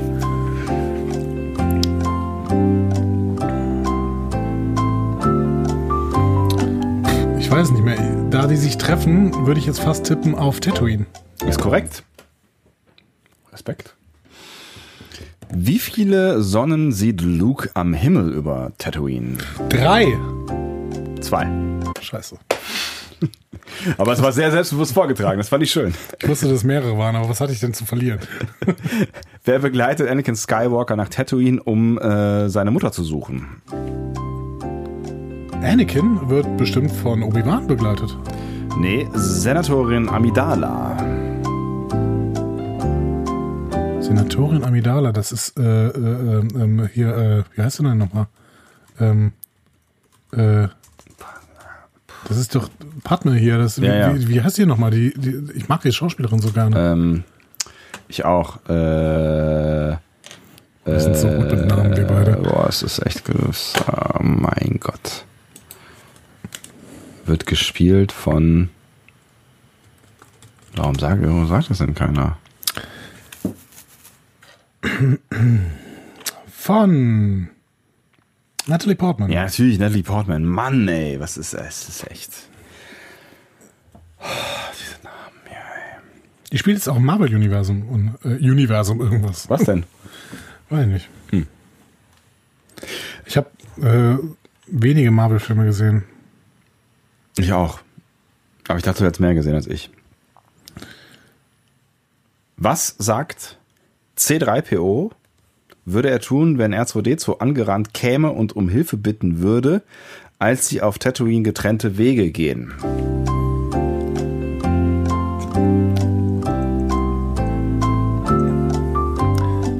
Ich weiß nicht mehr. Da die sich treffen, würde ich jetzt fast tippen auf Tatooine. Ist korrekt. Respekt. Wie viele Sonnen sieht Luke am Himmel über Tatooine? Drei. Zwei. Scheiße. Aber es war sehr selbstbewusst vorgetragen, das fand ich schön. Ich wusste, dass mehrere waren, aber was hatte ich denn zu verlieren? Wer begleitet Anakin Skywalker nach Tatooine, um äh, seine Mutter zu suchen? Anakin wird bestimmt von Obi-Wan begleitet. Nee, Senatorin Amidala. Senatorin Amidala, das ist äh, äh, ähm, ähm, hier, äh, wie heißt sie denn nochmal? Ähm, äh, das ist doch Padme hier. Das, Ja, ja. Wie, wie heißt die nochmal? Die, die, ich mag die Schauspielerin so gerne. Ähm, ich auch. Äh, Wir sind so gut mit Namen, wir äh, beide. boah, es ist echt groß. Oh mein Gott. Wird gespielt von. Warum sagt, warum sagt das denn keiner? Von Natalie Portman. Ja, natürlich, Natalie Portman. Mann, ey, was ist das? Das ist echt. Die spielt jetzt auch im Marvel-Universum und äh, Universum irgendwas. Was Hm. denn? Weiß ich nicht. Ich habe äh, wenige Marvel-Filme gesehen. Ich auch. Aber ich dachte, du hättest mehr gesehen als ich. Was sagt C3PO, würde er tun, wenn R2D2 angerannt käme und um Hilfe bitten würde, als sie auf Tatooine getrennte Wege gehen?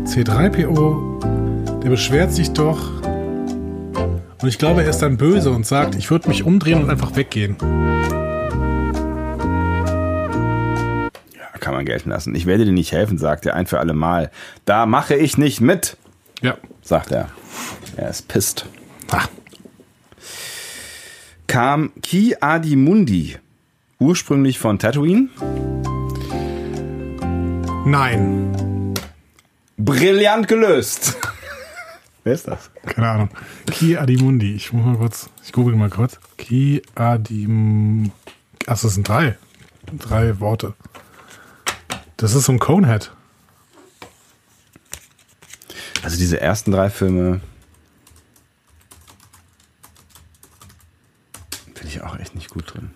C3PO, der beschwert sich doch. Und ich glaube, er ist dann böse und sagt, ich würde mich umdrehen und einfach weggehen. Ja, kann man gelten lassen. Ich werde dir nicht helfen, sagt er ein für alle Mal. Da mache ich nicht mit, Ja. sagt er. Er ist pisst. Ah, Kam Ki Adi Mundi, ursprünglich von Tatooine, nein. brillant gelöst. *laughs* Wer ist das? Keine Ahnung. Ki Adimundi. Ich muss mal kurz. Ich google mal kurz. Ki Adim. Achso, das sind drei. Drei Worte. Das ist so ein Conehead. Also diese ersten drei Filme bin ich auch echt nicht gut drin.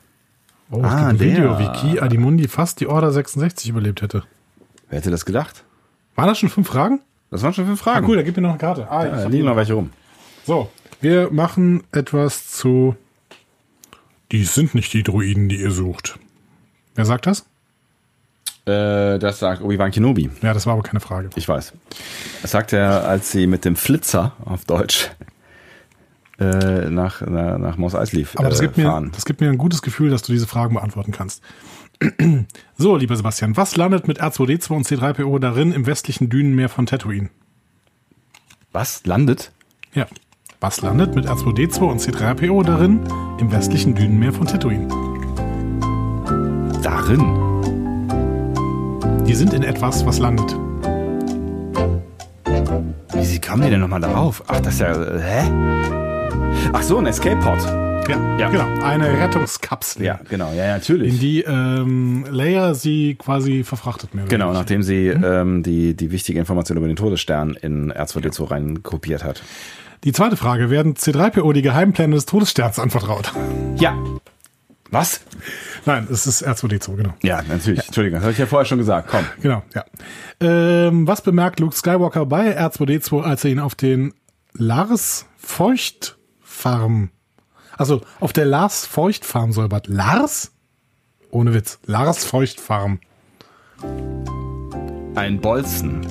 Oh, es Ah, gibt ein Video, der. wie Ki Adimundi fast die Order 66 überlebt hätte. Wer hätte das gedacht? Waren das schon fünf Fragen? Das waren schon fünf Fragen. Cool, da gibt mir noch eine Karte. Ah, ich Da hab liegen noch welche rum. So, wir machen etwas zu. Die sind nicht die Druiden, die ihr sucht. Wer sagt das? Äh, das sagt Obi-Wan Kenobi. Ja, das war aber keine Frage. Ich weiß. Das sagt er, als sie mit dem Flitzer auf Deutsch äh, nach, na, nach Mos Eisley lief. Aber das, äh, gibt mir, fahren. das gibt mir ein gutes Gefühl, dass du diese Fragen beantworten kannst. *clears throat* So, lieber Sebastian, was landet mit R2D2 und C3PO darin im westlichen Dünenmeer von Tatooine? Was? Landet? Ja. Was landet mit R2D2 und C3PO darin im westlichen Dünenmeer von Tatooine? Darin. Die sind in etwas, was landet. äh, Wie sie kamen die denn nochmal darauf? Ach, das ist ja. Hä? Ach so, ein Escape-Pod. Ja, Ja. genau. Eine Rettungskapsel, Ja, genau. Ja, ja, in natürlich. die ähm, Leia sie quasi verfrachtet. Mehr oder Genau, weniger. nachdem sie ähm, die, die wichtige Information über den Todesstern in R2D2 reinkopiert hat. Die zweite Frage, werden C3PO die Geheimpläne des Todessterns anvertraut? *laughs* Ja. Was? Nein, es ist R2D2, genau. Ja, natürlich. Entschuldigung, das habe ich ja vorher schon gesagt. Komm. Genau, ja. Ähm, was bemerkt Luke Skywalker bei R2D2, als er ihn auf den Lars Feucht Farm, also auf der Lars Feucht Farm säubert? Lars? Ohne Witz. Lars Feucht Farm. Ein Bolzen.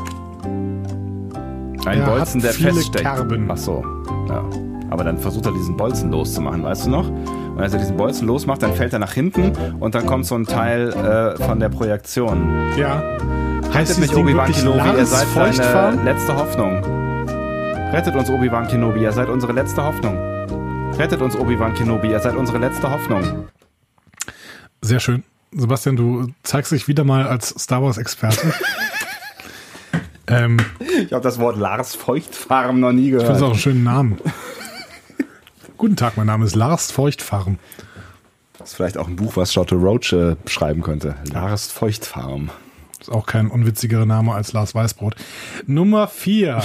Ein Er Bolzen, hat der viele feststeckt. Kerben. Ach so. Ja. Aber dann versucht er diesen Bolzen loszumachen, weißt du noch? Und als er diesen Bolzen losmacht, dann fällt er nach hinten und dann kommt so ein Teil äh, von der Projektion. Ja. Heißt Rettet dieses mich Ding Obi-Wan wirklich Kenobi, ihr Lars seid Feucht meine Farm? letzte Hoffnung. Rettet uns Obi-Wan Kenobi, ihr seid unsere letzte Hoffnung. Rettet uns Obi-Wan Kenobi, ihr seid unsere letzte Hoffnung. Sehr schön. Sebastian, du zeigst dich wieder mal als Star Wars Experte. ähm, Ich habe das Wort Lars Feuchtfarm noch nie Das ist gehört. auch einen schönen Namen. Guten Tag, mein Name ist Lars Feuchtfarm. Das ist vielleicht auch ein Buch, was Charlotte Roach äh, schreiben könnte. Lars Feuchtfarm. Ist auch kein unwitzigerer Name als Lars Weißbrot. Nummer 4.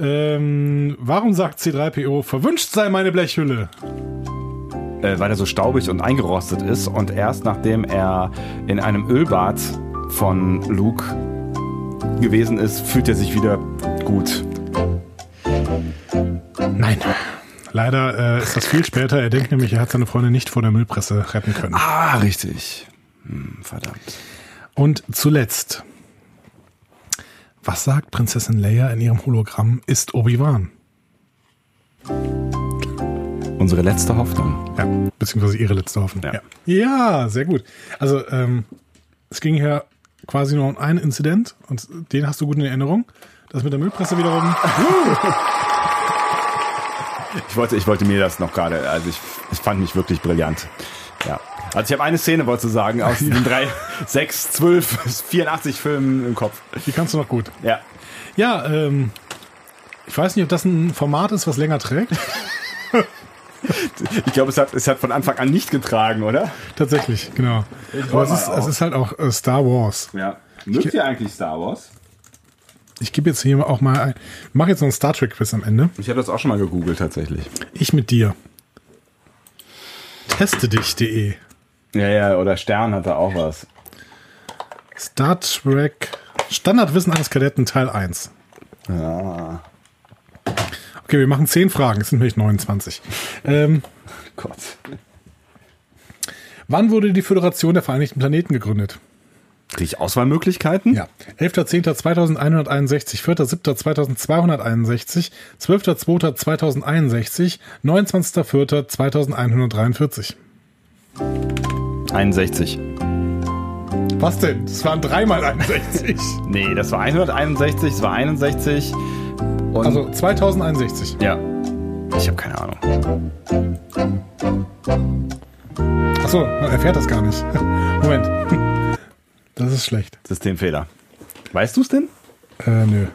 ähm, warum sagt C3PO, verwünscht sei meine Blechhülle? äh, weil er so staubig und eingerostet ist. Und erst nachdem er in einem Ölbad von Luke gewesen ist, fühlt er sich wieder gut. Nein. Leider äh, ist das viel später. Er denkt nämlich, er hat seine Freundin nicht vor der Müllpresse retten können. Ah, richtig. Hm, verdammt. Und zuletzt. Was sagt Prinzessin Leia in ihrem Hologramm? Ist Obi-Wan. Unsere letzte Hoffnung. Ja, beziehungsweise ihre letzte Hoffnung. Ja. Ja, ja. sehr gut. Also, ähm, es ging ja quasi nur um einen Inzident und den hast du gut in Erinnerung. Das mit der Müllpresse wiederum. Ich wollte, ich wollte mir das noch gerade, also ich, ich fand mich wirklich brillant. Ja. Also ich habe eine Szene, wollte ich sagen, *laughs* aus den drei, sechs, zwölf, 84 Filmen im Kopf. Die kannst du noch gut. Ja. Ja, ähm, ich weiß nicht, ob das ein Format ist, was länger trägt. *laughs* Ich glaube, es hat, es hat von Anfang an nicht getragen, oder? Tatsächlich, genau. Aber es mal ist, auch. es ist halt auch äh, Star Wars. Ja. Mögt ihr eigentlich Star Wars? Ich gebe jetzt hier auch mal ein. Ich mache jetzt noch ein Star Trek Quiz am Ende. Ich habe das auch schon mal gegoogelt, tatsächlich. Ich mit dir. Teste dich.de. Ja, ja, oder Stern hat da auch was. Star Trek Standardwissen eines Kadetten Teil 1. Okay, wir machen 10 Fragen, es sind nämlich 29. Ähm, Oh Gott. wann wurde die Föderation der Vereinigten Planeten gegründet? Krieg ich Auswahlmöglichkeiten? Ja. 11.10.2161, 4.7.2261, 12.02.2061, 29.04.2143. 61. Was denn? Das waren dreimal 61. Nee, das war 161, es war 61. Und also 2061. ja. Ich habe keine Ahnung. Achso, man erfährt das gar nicht. *laughs* Moment. Das ist schlecht. Systemfehler. Weißt du es denn? Äh, nö.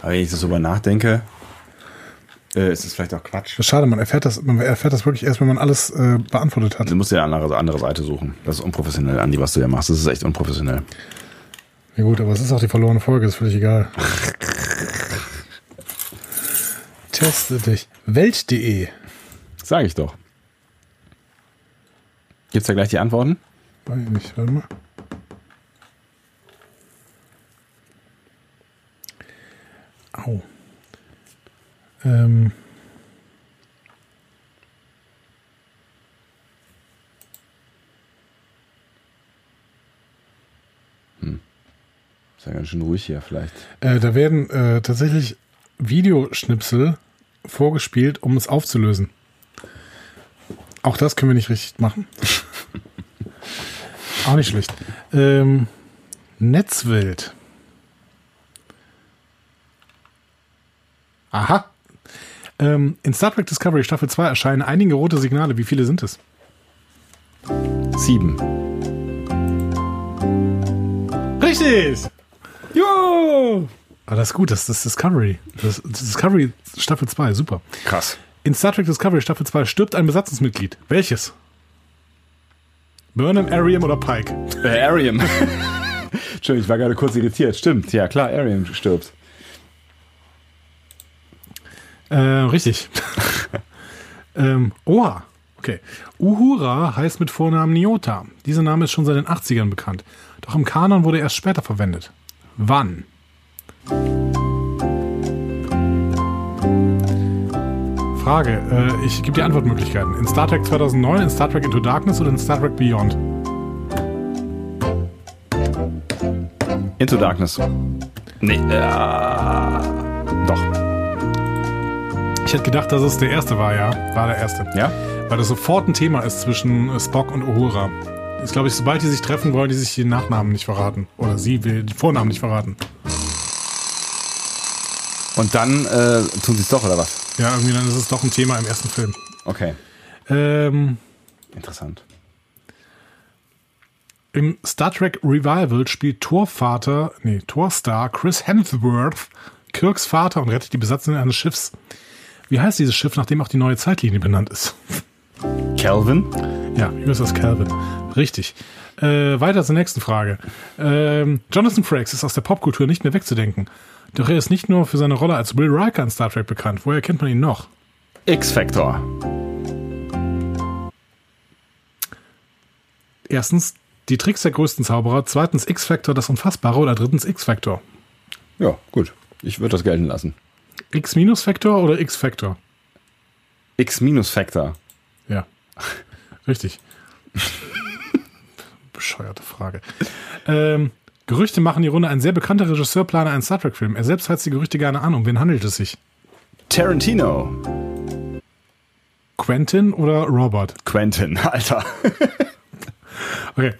Aber wenn ich so drüber nachdenke, äh, ist es vielleicht auch Quatsch. Das ist Schade, man erfährt das, man erfährt das wirklich erst, wenn man alles äh, beantwortet hat. Du musst dir eine andere, andere Seite suchen. Das ist unprofessionell, Andi, was du hier machst. Das ist echt unprofessionell. Ja gut, aber es ist auch die verlorene Folge, ist völlig egal. *laughs* Teste dich. Welt.de. Sag ich doch. Gibt's da gleich die Antworten? Weiß ich nicht, warte mal. Au. Ähm. Ist ja ganz schön ruhig hier vielleicht. Äh, da werden äh, tatsächlich Videoschnipsel vorgespielt, um es aufzulösen. Auch das können wir nicht richtig machen. Auch nicht schlecht. Ähm, Netzwelt. Aha. Ähm, in Star Trek Discovery Staffel 2 erscheinen einige rote Signale. Wie viele sind es? Sieben. Richtig! Jo! Ah, das ist gut, das ist Discovery. Das, das Discovery Staffel 2, super. Krass. In Star Trek Discovery Staffel 2 stirbt ein Besatzungsmitglied. Welches? Burnham, Arium oder Pike? Äh, Arium. *laughs* Entschuldigung, ich war gerade kurz irritiert. Stimmt, ja klar, Arium stirbt. Äh, richtig. *laughs* ähm, oha. Okay. Uhura heißt mit Vornamen Niota. Dieser Name ist schon seit den 80ern bekannt. Doch im Kanon wurde er erst später verwendet. Wann? Frage. Äh, ich gebe dir Antwortmöglichkeiten. In Star Trek 2009, in Star Trek Into Darkness oder in Star Trek Beyond? Into Darkness. Nee, äh, doch. Ich hätte gedacht, dass es der erste war, ja. War der erste. Ja? Weil das sofort ein Thema ist zwischen äh, Spock und Uhura. Ist, glaube ich, sobald die sich treffen, wollen die sich den Nachnamen nicht verraten. Oder sie will den Vornamen nicht verraten. Und dann äh, tun sie es doch, oder was? Ja, irgendwie dann ist es doch ein Thema im ersten Film. Okay, Ähm, interessant. Im Star Trek Revival spielt Torvater, nee, Torstar Chris Hemsworth Kirks Vater und rettet die Besatzung eines Schiffs. Wie heißt dieses Schiff, nachdem auch die neue Zeitlinie benannt ist? Calvin? Ja, USS Calvin. Richtig. Äh, weiter zur nächsten Frage. Ähm, Jonathan Frakes ist aus der Popkultur nicht mehr wegzudenken. Doch er ist nicht nur für seine Rolle als Will Riker in Star Trek bekannt. Woher kennt man ihn noch? X-Factor. Erstens die Tricks der größten Zauberer, zweitens X-Factor das Unfassbare oder drittens X-Factor. Ja, gut. Ich würde das gelten lassen. X-Factor oder X-Factor? X-Factor. Ja. *laughs* Richtig. *laughs* Bescheuerte Frage. Ähm, Gerüchte machen die Runde. Ein sehr bekannter Regisseur plane einen Star Trek-Film. Er selbst heizt die Gerüchte gerne an. Um wen handelt es sich? Tarantino. Quentin oder Robert? Quentin, *laughs* Alter. Okay.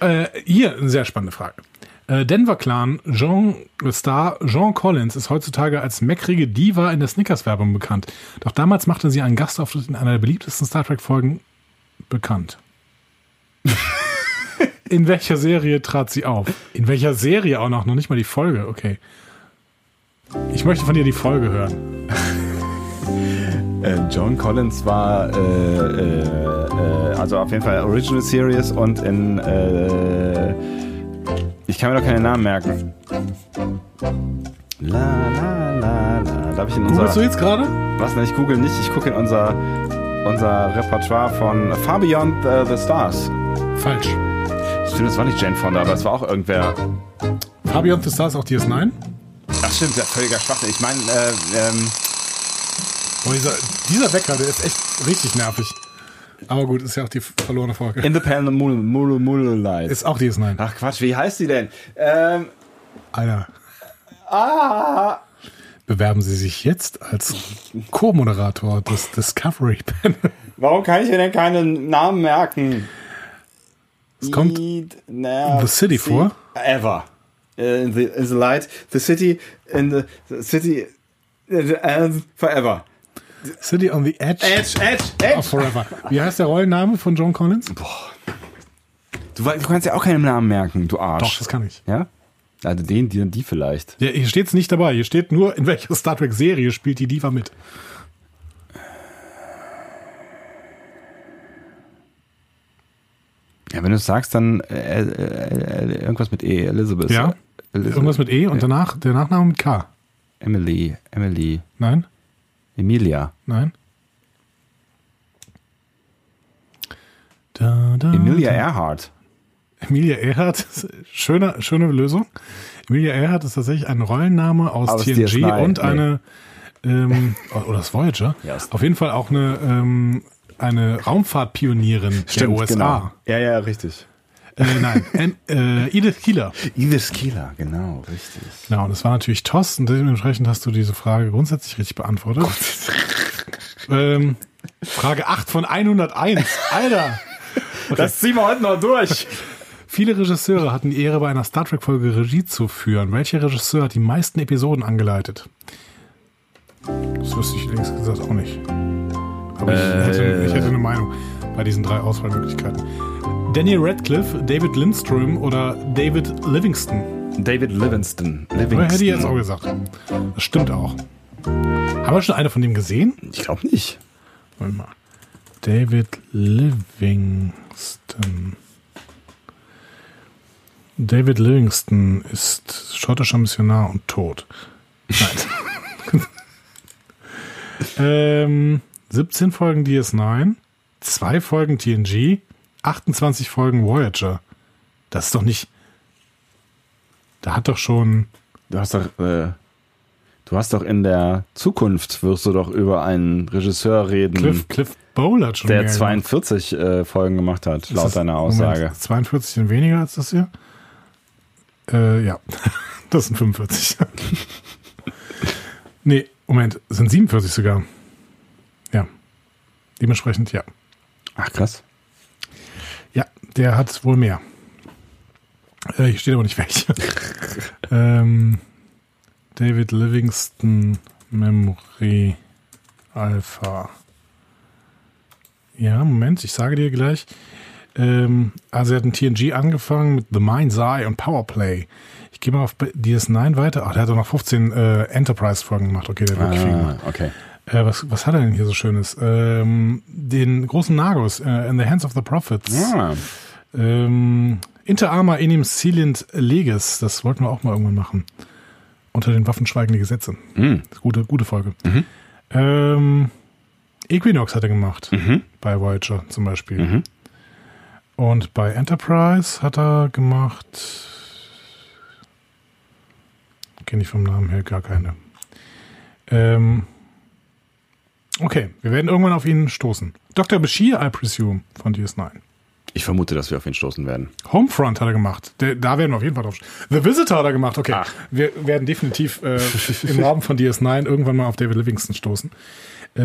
Äh, hier eine sehr spannende Frage. Äh, Denver Clan Jean äh, Star Jean Collins ist heutzutage als meckrige Diva in der Snickers-Werbung bekannt. Doch damals machte sie einen Gastauftritt in einer der beliebtesten Star Trek-Folgen bekannt. *laughs* in welcher Serie trat sie auf? In welcher Serie auch noch? Noch nicht mal die Folge, okay. Ich möchte von dir die Folge hören. Äh, John Collins war, äh, äh, äh, also auf jeden Fall Original Series und in, äh, ich kann mir doch keine Namen merken. La, la, la, la. Darf ich in unser, Googlest du jetzt gerade? was, nein, ich google nicht, ich gucke in unser, unser Repertoire von Far Beyond the, the Stars. Falsch. Stimmt, das war nicht Jane Fonda, aber es war auch irgendwer. Fabian the Stars auch DS9? Ach stimmt, ja, völliger Schwachsinn. Ich meine, äh, ähm, Boah, dieser, dieser Wecker, der ist echt richtig nervig. Aber gut, ist ja auch die verlorene Folge. In the Pan of Mulu, Mulu, Mulu Light. Ist auch dieses Nein. Ach Quatsch, wie heißt die denn? Ähm, ah, Alter. Bewerben Sie sich jetzt als Co-Moderator des Discovery Panel. *laughs* warum kann ich mir denn keinen Namen merken? Es kommt The The City vor. Ever. Äh, In the, in the light, the city, in the, the city, and forever. City on the Edge Edge, Edge, Edge. of Forever. Wie heißt der Rollenname von John Collins? Du, we- du kannst ja auch keinen Namen merken, du Doch, Arsch. das kann ich. Ja? Also den, die, die vielleicht. Ja, hier steht es nicht dabei. Hier steht nur, in welcher Star Trek-Serie spielt die Diva mit. Ja, wenn du es sagst, dann äh, äh, äh, irgendwas mit E, Elizabeth. Ja. Elizabeth. Irgendwas mit E und danach der Nachname mit K. Emily, Emily, Nein? Emilia. Nein? Da, da, Emilia Earhart. Emilia Earhart, schöne, schöne Lösung. Emilia Earhart ist tatsächlich ein Rollenname aus, Aus TNG DS9, und nee. eine, ähm, *laughs* oder das Voyager, Ja, ist- auf jeden Fall auch eine, ähm, eine Raumfahrtpionierin der USA. Ja, ja, richtig. Äh, nein, en, äh, Edith Keeler. Edith Keeler, genau, richtig. Genau, und das war natürlich Toss und dementsprechend hast du diese Frage grundsätzlich richtig beantwortet. ähm, Frage 8 von 101. Alter! Das ziehen wir heute noch durch. Viele Regisseure hatten die Ehre, bei einer Star Trek-Folge Regie zu führen. Welcher Regisseur hat die meisten Episoden angeleitet? Das wüsste ich längst gesagt auch nicht. Aber ich, hätte, ich hätte eine Meinung bei diesen drei Auswahlmöglichkeiten. Daniel Radcliffe, David Lindstrom oder David Livingston? *laughs* David Livingston. Oder Livingston. hätte ich jetzt auch gesagt. Das stimmt auch. Haben wir schon eine von dem gesehen? Ich glaube nicht. Warte mal. David Livingston. David Livingston ist schottischer Missionar und tot. Nein. ähm, 17 Folgen DS9, 2 Folgen TNG, 28 Folgen Voyager. Das ist doch nicht. Da hat doch schon. *laughs* Du hast doch, äh, du hast doch in der Zukunft wirst du doch über einen Regisseur reden, Cliff, Cliff Bowl hat schon Hm. der mehr 42 äh, Folgen gemacht hat, Ist laut das- deiner Aussage. Moment, 42 sind weniger als das hier? Äh, ja. *laughs* Das sind 45. *laughs* nee, Moment, sind 47 sogar. Ja. Dementsprechend, ja. Ach krass. Ja, der hat wohl mehr. Äh, hier steht aber nicht welche. ähm, David Livingston Memory Alpha. Ja, Moment, ich sage dir gleich. Ähm, also er hat ein TNG angefangen mit The Mind's Eye und Powerplay. Ich gehe mal auf B- DS9 weiter. Ach, der hat doch noch 15 äh, Enterprise-Folgen gemacht. Okay, der hat wirklich viel gemacht. Ah, okay. Äh, was, was hat er denn hier so Schönes? Ähm, den großen Nagus, äh, In the Hands of the Prophets. Ah, Ähm, Inter Arma enim silent leges, das wollten wir auch mal irgendwann machen. Unter den Waffen schweigende Gesetze. hm, Das ist gute, gute Folge. Ähm, Equinox hat er gemacht. Bei Voyager zum Beispiel. Mhm. Und bei Enterprise hat er gemacht. Kenne ich vom Namen her gar keine. Ähm, okay, wir werden irgendwann auf ihn stoßen. Dr. Bashir, I presume, von DS9. Ich vermute, dass wir auf ihn stoßen werden. Homefront hat er gemacht. Der, da werden wir auf jeden Fall drauf. The Visitor hat er gemacht. Okay, Ach. wir werden definitiv äh, im Rahmen von DS9 irgendwann mal auf David Livingston stoßen. Äh,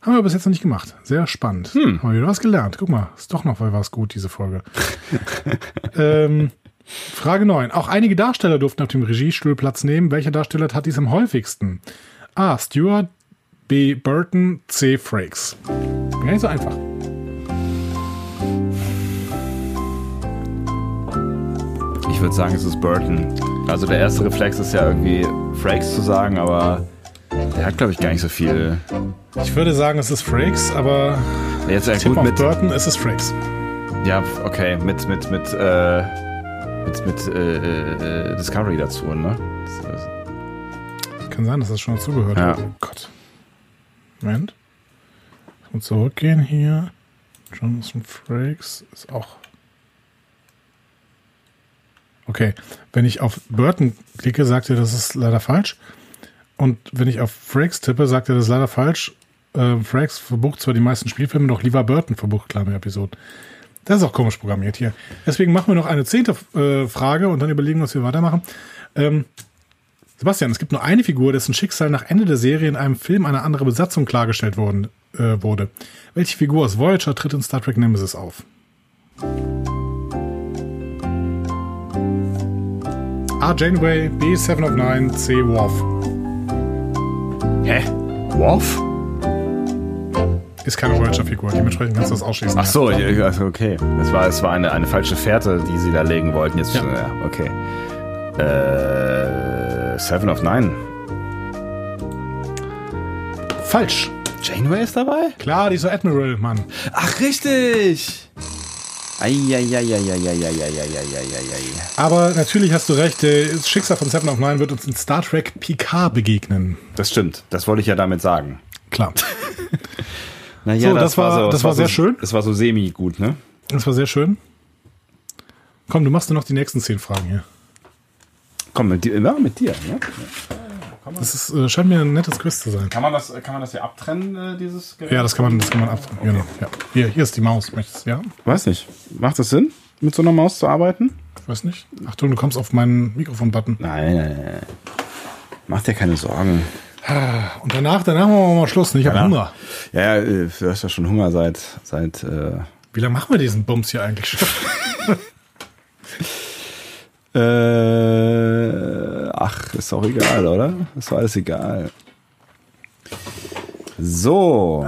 haben wir bis jetzt noch nicht gemacht. Sehr spannend. Hm. Haben wir wieder was gelernt. Guck mal, ist doch noch weil was gut, diese Folge. *laughs* ähm, Frage 9. Auch einige Darsteller durften auf dem Regiestuhl Platz nehmen. Welcher Darsteller hat dies am häufigsten? A. Stewart, B. Burton, C. Frakes. Gar nicht so einfach. Ich würde sagen, es ist Burton. Also der erste Reflex ist ja irgendwie Frakes zu sagen, aber der hat, glaube ich, gar nicht so viel. Ich würde sagen, es ist Frakes, aber Jetzt ja Tipp gut auf mit. Burton, es ist Frakes. Ja, okay, mit, mit, mit, äh, mit, mit äh, äh, Discovery dazu, ne? Das ist- Kann sein, dass das schon dazugehört Ja. hat. Oh Gott. Moment. Und zurückgehen hier. Jonathan Frakes ist auch. Okay, wenn ich auf Burton klicke, sagt er, das ist leider falsch. Und wenn ich auf Frakes tippe, sagt er, das ist leider falsch. Ähm, Frakes verbucht zwar die meisten Spielfilme, doch lieber Burton verbucht kleine Episoden. Das ist auch komisch programmiert hier. Deswegen machen wir noch eine zehnte äh, Frage und dann überlegen, was wir weitermachen. Ähm, Sebastian, es gibt nur eine Figur, dessen Schicksal nach Ende der Serie in einem Film einer anderen Besatzung klargestellt worden, äh, wurde. Welche Figur aus Voyager tritt in Star Trek Nemesis auf? A. Janeway, B. Seven of Nine, C. Worf. Hä? Worf? Ist keine Voyager-Figur, dementsprechend kannst du das ausschließen. Ach so, ja, ja, okay. Es war, es war eine, eine falsche Fährte, die sie da legen wollten. Jetzt, Ja. ja. okay. Äh, Seven of Nine. Falsch. Janeway ist dabei? Klar, die ist so Admiral, Mann. Ach, richtig! Eieieiei. Aber natürlich hast du recht, äh, das Schicksal von Seven of Nine wird uns in Star Trek Picard begegnen. Das stimmt, das wollte ich ja damit sagen. Klar. Naja, So, das war- das es war sehr so, schön. Das war so semi-gut, ne? Das war sehr schön. Komm, du machst nur noch die nächsten zehn Fragen hier. Komm, mit dir. Ja, mit dir ne? Das ist, äh, scheint mir ein nettes Quiz zu sein. kann, man das, kann man das hier abtrennen, äh, dieses Gerät? Ja, das kann man, das kann man ab. Genau, ja. Hier, hier ist die Maus. Möchtest du, ja? Weiß nicht. Macht das Sinn, mit so einer Maus zu arbeiten? Ich weiß nicht. Achtung, du kommst auf meinen Mikrofon-Button. Nein, nein, nein. nein. Mach dir keine Sorgen. Und danach, danach machen wir mal Schluss. ne? Ich habe Ja. Hunger. Ja, ja, äh, du hast ja schon Hunger seit, seit äh, Wie lange machen wir diesen Bums hier *laughs* eigentlich schon? äh, ach, ist auch egal, oder? Ist doch alles egal. So,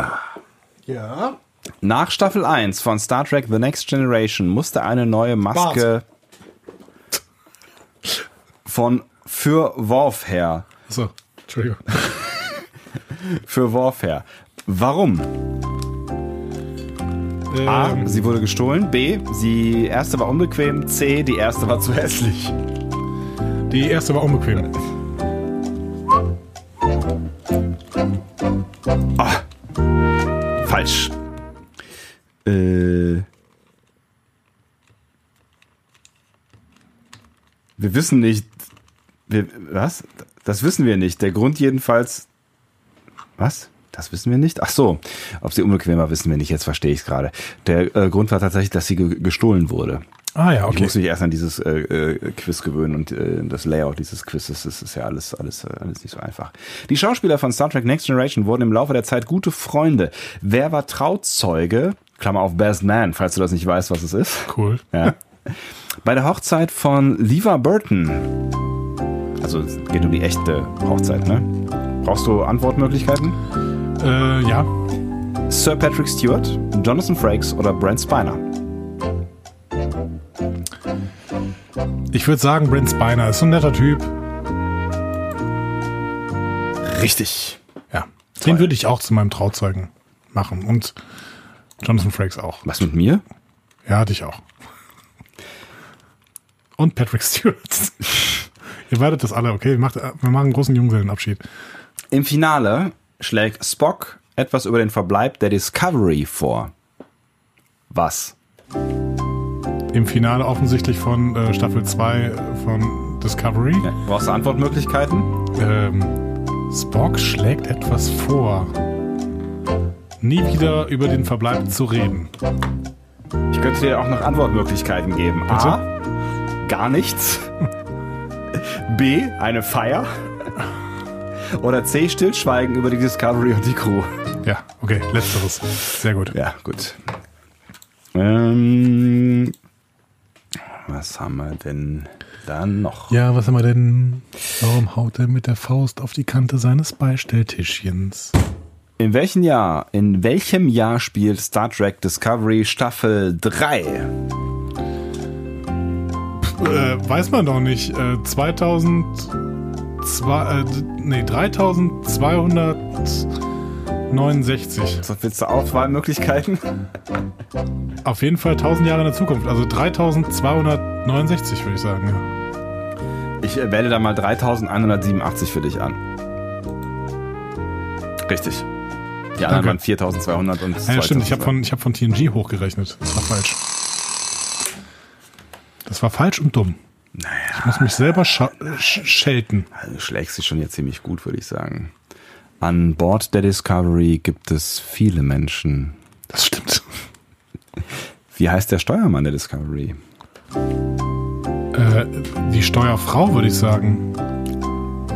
Ja. nach Staffel 1 von Star Trek The Next Generation musste eine neue Maske von für Worf her. So, Entschuldigung. Für Worf her. Warum? A, Ähm, sie wurde gestohlen. B, die erste war unbequem. C, die erste war zu hässlich. Die erste war unbequem. Falsch. Äh. Wir wissen nicht. Wir, was? Das wissen wir nicht. Der Grund jedenfalls. Was? Das wissen wir nicht? Ach so. Ob sie unbequem war, wissen wir nicht. Jetzt verstehe ich es gerade. Der äh, Grund war tatsächlich, dass sie ge gestohlen wurde. Ah ja, Ich okay. muss mich erst an dieses äh, äh, Quiz gewöhnen und äh, das Layout dieses Quizzes. Das ist ja alles, alles, äh, alles nicht so einfach. Die Schauspieler von Star Trek Next Generation wurden im Laufe der Zeit gute Freunde. Wer war Trauzeuge? Klammer auf Best Man, falls du das nicht weißt, was es ist. Cool. Ja. Bei der Hochzeit von Lever Burton. Also es geht um die echte Hochzeit, ne? Brauchst du Antwortmöglichkeiten? Äh, ja. Sir Patrick Stewart, Jonathan Frakes oder Brent Spiner? Ich würde sagen, Brent Spiner ist so ein netter Typ. Richtig. Ja. Den würde ich auch zu meinem Trauzeugen machen. Und Jonathan Frakes auch. Was mit mir? Ja, hatte ich auch. Und Patrick Stewart. Ihr werdet das alle, okay? Macht, äh, wir machen einen großen Junggesellenabschied. Im Finale schlägt Spock etwas über den Verbleib der Discovery vor. Was? Im Finale offensichtlich von äh, Staffel 2 von Discovery. Ja, Brauchst du Antwortmöglichkeiten? Ähm, Spock schlägt etwas vor. Nie wieder über den Verbleib zu reden. Ich könnte dir auch noch Antwortmöglichkeiten geben. A. Gar nichts. B. Eine Feier. Oder C. Stillschweigen über die Discovery und die Crew. Ja, okay, letzteres. Sehr gut. Ja, gut. Ähm, was haben wir denn dann noch? Ja, was haben wir denn? Warum haut er mit der Faust auf die Kante seines Beistelltischchens? In welchem Jahr, in welchem Jahr spielt Star Trek Discovery Staffel 3? Äh, weiß man doch nicht. Äh, 2002, äh, nee, 3269. So, willst du Auswahlmöglichkeiten? Auf jeden Fall 1000 Jahre in der Zukunft. Also 3269 würde ich sagen. ja. Ich äh, wähle da mal 3187 für dich an. Richtig. Die anderen Danke. waren 4200 und Ja, stimmt, ich habe 2200. von, ich hab von TNG hochgerechnet. Das war falsch. Das war falsch und dumm. Naja. Ich muss mich selber scha- äh, sch schelten. Also schlägst dich schon jetzt ziemlich gut, würde ich sagen. An Bord der Discovery gibt es viele Menschen. Das stimmt. Wie heißt der Steuermann der Discovery? Äh, die Steuerfrau, würde ich sagen,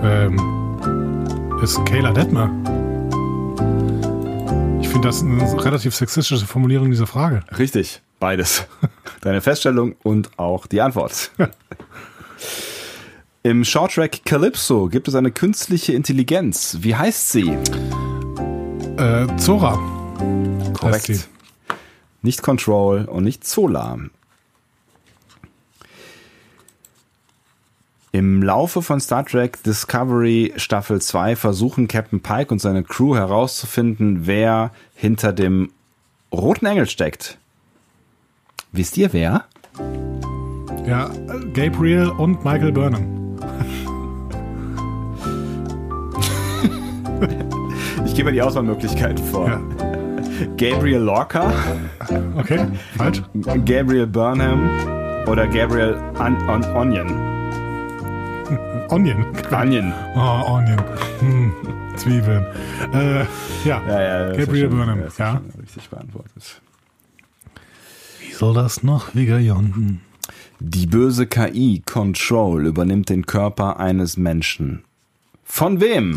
ähm, ist Kayla Detmer. Ich finde das eine relativ sexistische Formulierung dieser Frage. Richtig, beides. Deine Feststellung und auch die Antwort. *laughs* Im Shorttrack Calypso gibt es eine künstliche Intelligenz. Wie heißt sie? Äh, Zora. heißt sie. Nicht Control und nicht Zola. Im Laufe von Star Trek Discovery Staffel 2 versuchen Captain Pike und seine Crew herauszufinden, wer hinter dem roten Engel steckt. Wisst ihr wer? Ja, Gabriel und Michael Burnham. Ich gebe die Auswahlmöglichkeiten vor. Ja. Gabriel Lorca, Okay, falsch. Gabriel Burnham oder Gabriel On On Onion. Onion. Onion. Oh, Onion. Hm, Zwiebeln. Äh, ja. Ja, ja, Gabriel Burnham. Das ist Ja. schon richtig beantwortet. Wie soll das noch wiggern? Die böse KI Control übernimmt den Körper eines Menschen. Von wem?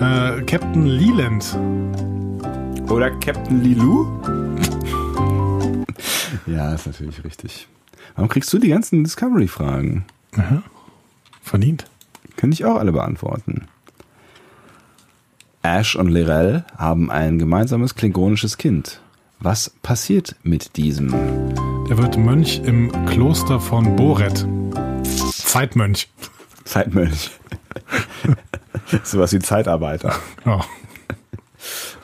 Äh, Captain Leland. Oder Captain Lilu? *laughs* ja, ist natürlich richtig. Warum kriegst du die ganzen Discovery-Fragen? Verdient. Könnte ich auch alle beantworten. Ash und Lirel haben ein gemeinsames klingonisches Kind. Was passiert mit diesem? Der wird Mönch im Kloster von Boret. Zeitmönch. Zeitmönch. *laughs* Sowas wie Zeitarbeiter. Ja.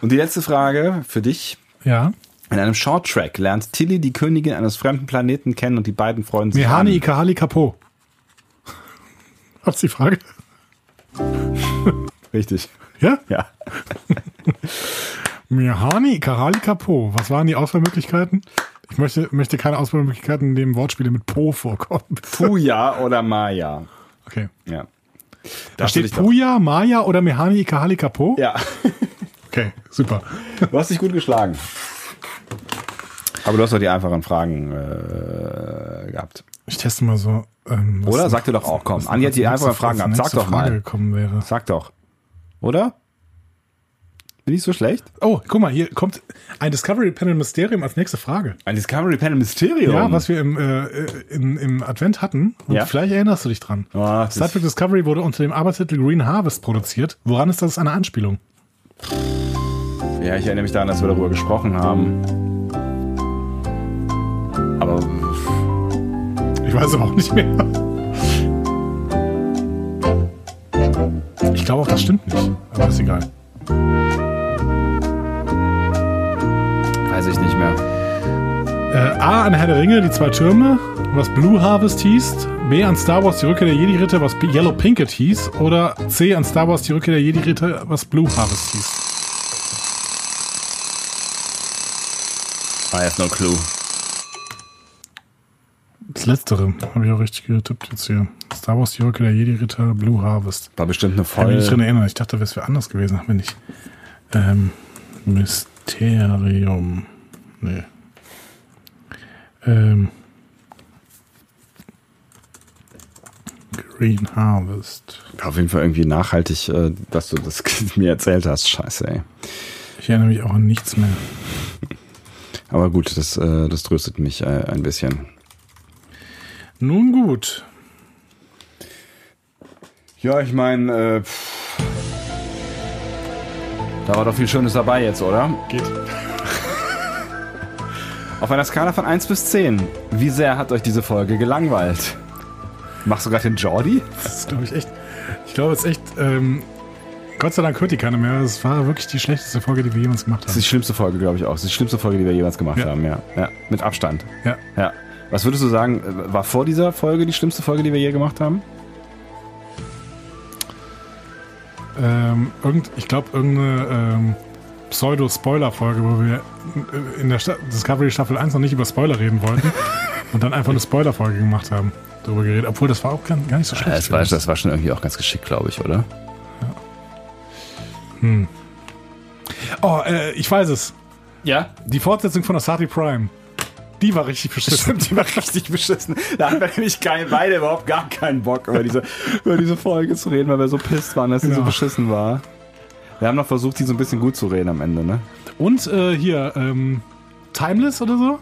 Und die letzte Frage für dich. ja. In einem Shorttrack lernt Tilly die Königin eines fremden Planeten kennen und die beiden freuen sich. Mehani an. Ikahali Kapo. Hat's die Frage? Richtig. Ja? *laughs* Ja. Mehani Ikahali Kapo. Was waren die Auswahlmöglichkeiten? Ich möchte, möchte keine Auswahlmöglichkeiten, in denen Wortspiele mit Po vorkommen. Puya oder Maya. Okay. Ja. Da Darfst du dich steht Puya, Maya oder Mehani Ikahali Kapo? Ja, Okay, super. du hast dich gut geschlagen. Aber du hast doch die einfachen Fragen äh, gehabt. Ich teste mal so. Ähm, was- Oder? Sag dir doch auch, komm. Andi hat die was- einfachen was Fragen gehabt. Sag nächste doch Frage mal. Gekommen wäre. Sag doch. Oder? Bin ich so schlecht? Oh, guck mal, hier kommt ein Discovery Panel Mysterium als nächste Frage. Ein Discovery Panel Mysterium. Ja, was wir im, äh, im, im Advent hatten. Und Ja. vielleicht erinnerst du dich dran. Ah, das Star Trek Discovery wurde unter dem Arbeitstitel Green Harvest produziert. Woran ist das eine Anspielung? Ja, ich erinnere mich daran, dass wir darüber gesprochen haben. Aber Ich weiß aber auch nicht mehr. Ich glaube auch, das stimmt nicht. Aber ist egal. weiß ich nicht mehr. Äh, A an Herr der Ringe, die zwei Türme, was Blue Harvest hieß. B an Star Wars, die Rückkehr der Jedi-Ritter, was Yellow Pinkett hieß. Oder C an Star Wars, die Rückkehr der Jedi-Ritter, was Blue Harvest hieß. I have no clue. Das letztere habe ich auch richtig getippt jetzt hier. Star Wars, die Rückkehr der Jedi-Ritter, Blue Harvest. War bestimmt eine Kann mich nicht dran voll. erinnern. Ich dachte, das wäre anders gewesen, aber nicht. Ähm, Mysterium. Nee. Ähm. Green Harvest. Auf jeden Fall irgendwie nachhaltig, äh, dass du das *laughs* mir erzählt hast. Scheiße, ey. Ich erinnere mich auch an nichts mehr. Aber gut, das, äh, das tröstet mich äh, ein bisschen. Nun gut. Ja, ich meine, da war doch viel Schönes dabei jetzt, oder? Geht. Auf einer Skala von 1 bis 10, wie sehr hat euch diese Folge gelangweilt? Machst du gerade den Jordi? Das ist, glaube ich, echt. Ich glaube, es ist echt. Ähm, Gott sei Dank hört die keiner mehr. Das war wirklich die schlechteste Folge, die wir jemals gemacht Das ist haben. die schlimmste Folge, glaube ich auch. Das ist die schlimmste Folge, die wir jemals gemacht Ja. haben, ja. ja. Mit Abstand. Ja. Ja. Was würdest du sagen, äh, war vor dieser Folge die schlimmste Folge, die wir je gemacht haben? Ähm, irgend, ich glaube, irgendeine ähm, Pseudo-Spoiler-Folge, wo wir in- in der Sta Discovery Staffel 1 noch nicht über Spoiler reden *laughs* wollten und dann einfach eine Spoiler-Folge gemacht haben. Darüber geredet. Obwohl, das war auch gar, gar nicht so schlecht. war schon irgendwie auch ganz geschickt, glaube ich, oder? oh, äh, ich weiß es. Ja. Die Fortsetzung von Asati Prime. Die war richtig beschissen. Stimmt, die war richtig beschissen. Da hatten wir nämlich kein, beide überhaupt gar keinen Bock, über diese, über diese Folge zu reden, weil wir so pisst waren, dass sie so Ja. beschissen war. Wir haben noch versucht, die so ein bisschen gut zu reden am Ende, ne? *laughs* Und äh, hier, ähm, Timeless oder so?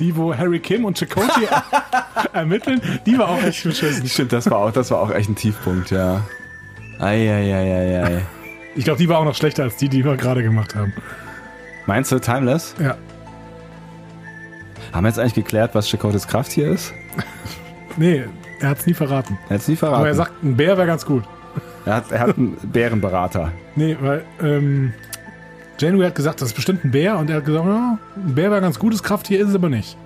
Die, wo Harry Kim und Chakotay *laughs* er- ermitteln, die war auch echt beschissen. Stimmt, das war auch, das war auch echt ein Tiefpunkt, ja. Eieieiei. Ich glaube, die war auch noch schlechter als die, die wir gerade gemacht haben. Meinst du Timeless? Ja. Haben wir jetzt eigentlich geklärt, was Chicotes Kraft hier ist? Nee, er hat's nie verraten. Hättest nie verraten. Aber er sagt, ein Bär wäre ganz gut. er, hat, er hat einen Bärenberater. Nee, weil ähm, Janeway hat gesagt, das ist bestimmt ein Bär. Und er hat gesagt, ja, ein Bär wäre ganz gutes Krafttier, ist es aber nicht.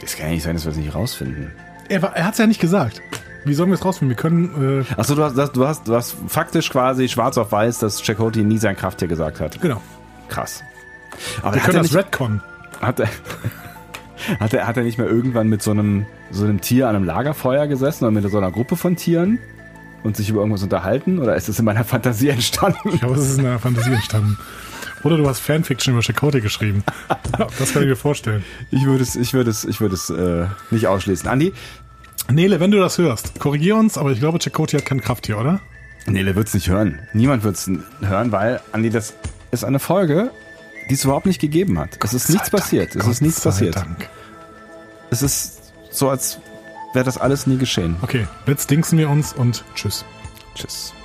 Das kann ja nicht sein, dass wir es nicht rausfinden. Er, war- er hat's ja nicht gesagt. Wie sollen wir es rausfinden? Wir können, äh, Achso, du hast, das- du, hast, du hast faktisch quasi schwarz auf weiß, dass Chicote nie sein Krafttier gesagt hat. genau, Krass. Aber hat, wir er können das nicht, Redcon. hat, er, *laughs* hat, er, hat er nicht mehr irgendwann mit so einem, so einem Tier an einem Lagerfeuer gesessen oder mit so einer Gruppe von Tieren und sich über irgendwas unterhalten? Oder ist das in meiner Fantasie entstanden? *laughs* Ich glaube, es ist in einer Fantasie entstanden. Oder du hast Fanfiction über *laughs* Chakotay geschrieben. Das kann ich mir vorstellen. Ich würde es, ich würde es, ich würde es äh, nicht ausschließen. Andi, Nele, wenn du das hörst, korrigier uns, aber ich glaube, Chakotay hat kein Krafttier, oder? Nele wird's nicht hören. Niemand wird's n- hören, weil, Andi, das ist eine Folge, die es überhaupt nicht gegeben hat. es ist nichts Sei Dank, passiert. Es Gott ist nichts sei passiert. Dank. Es ist so, als wäre das alles nie geschehen. Okay, jetzt dingsen wir uns und tschüss. Tschüss.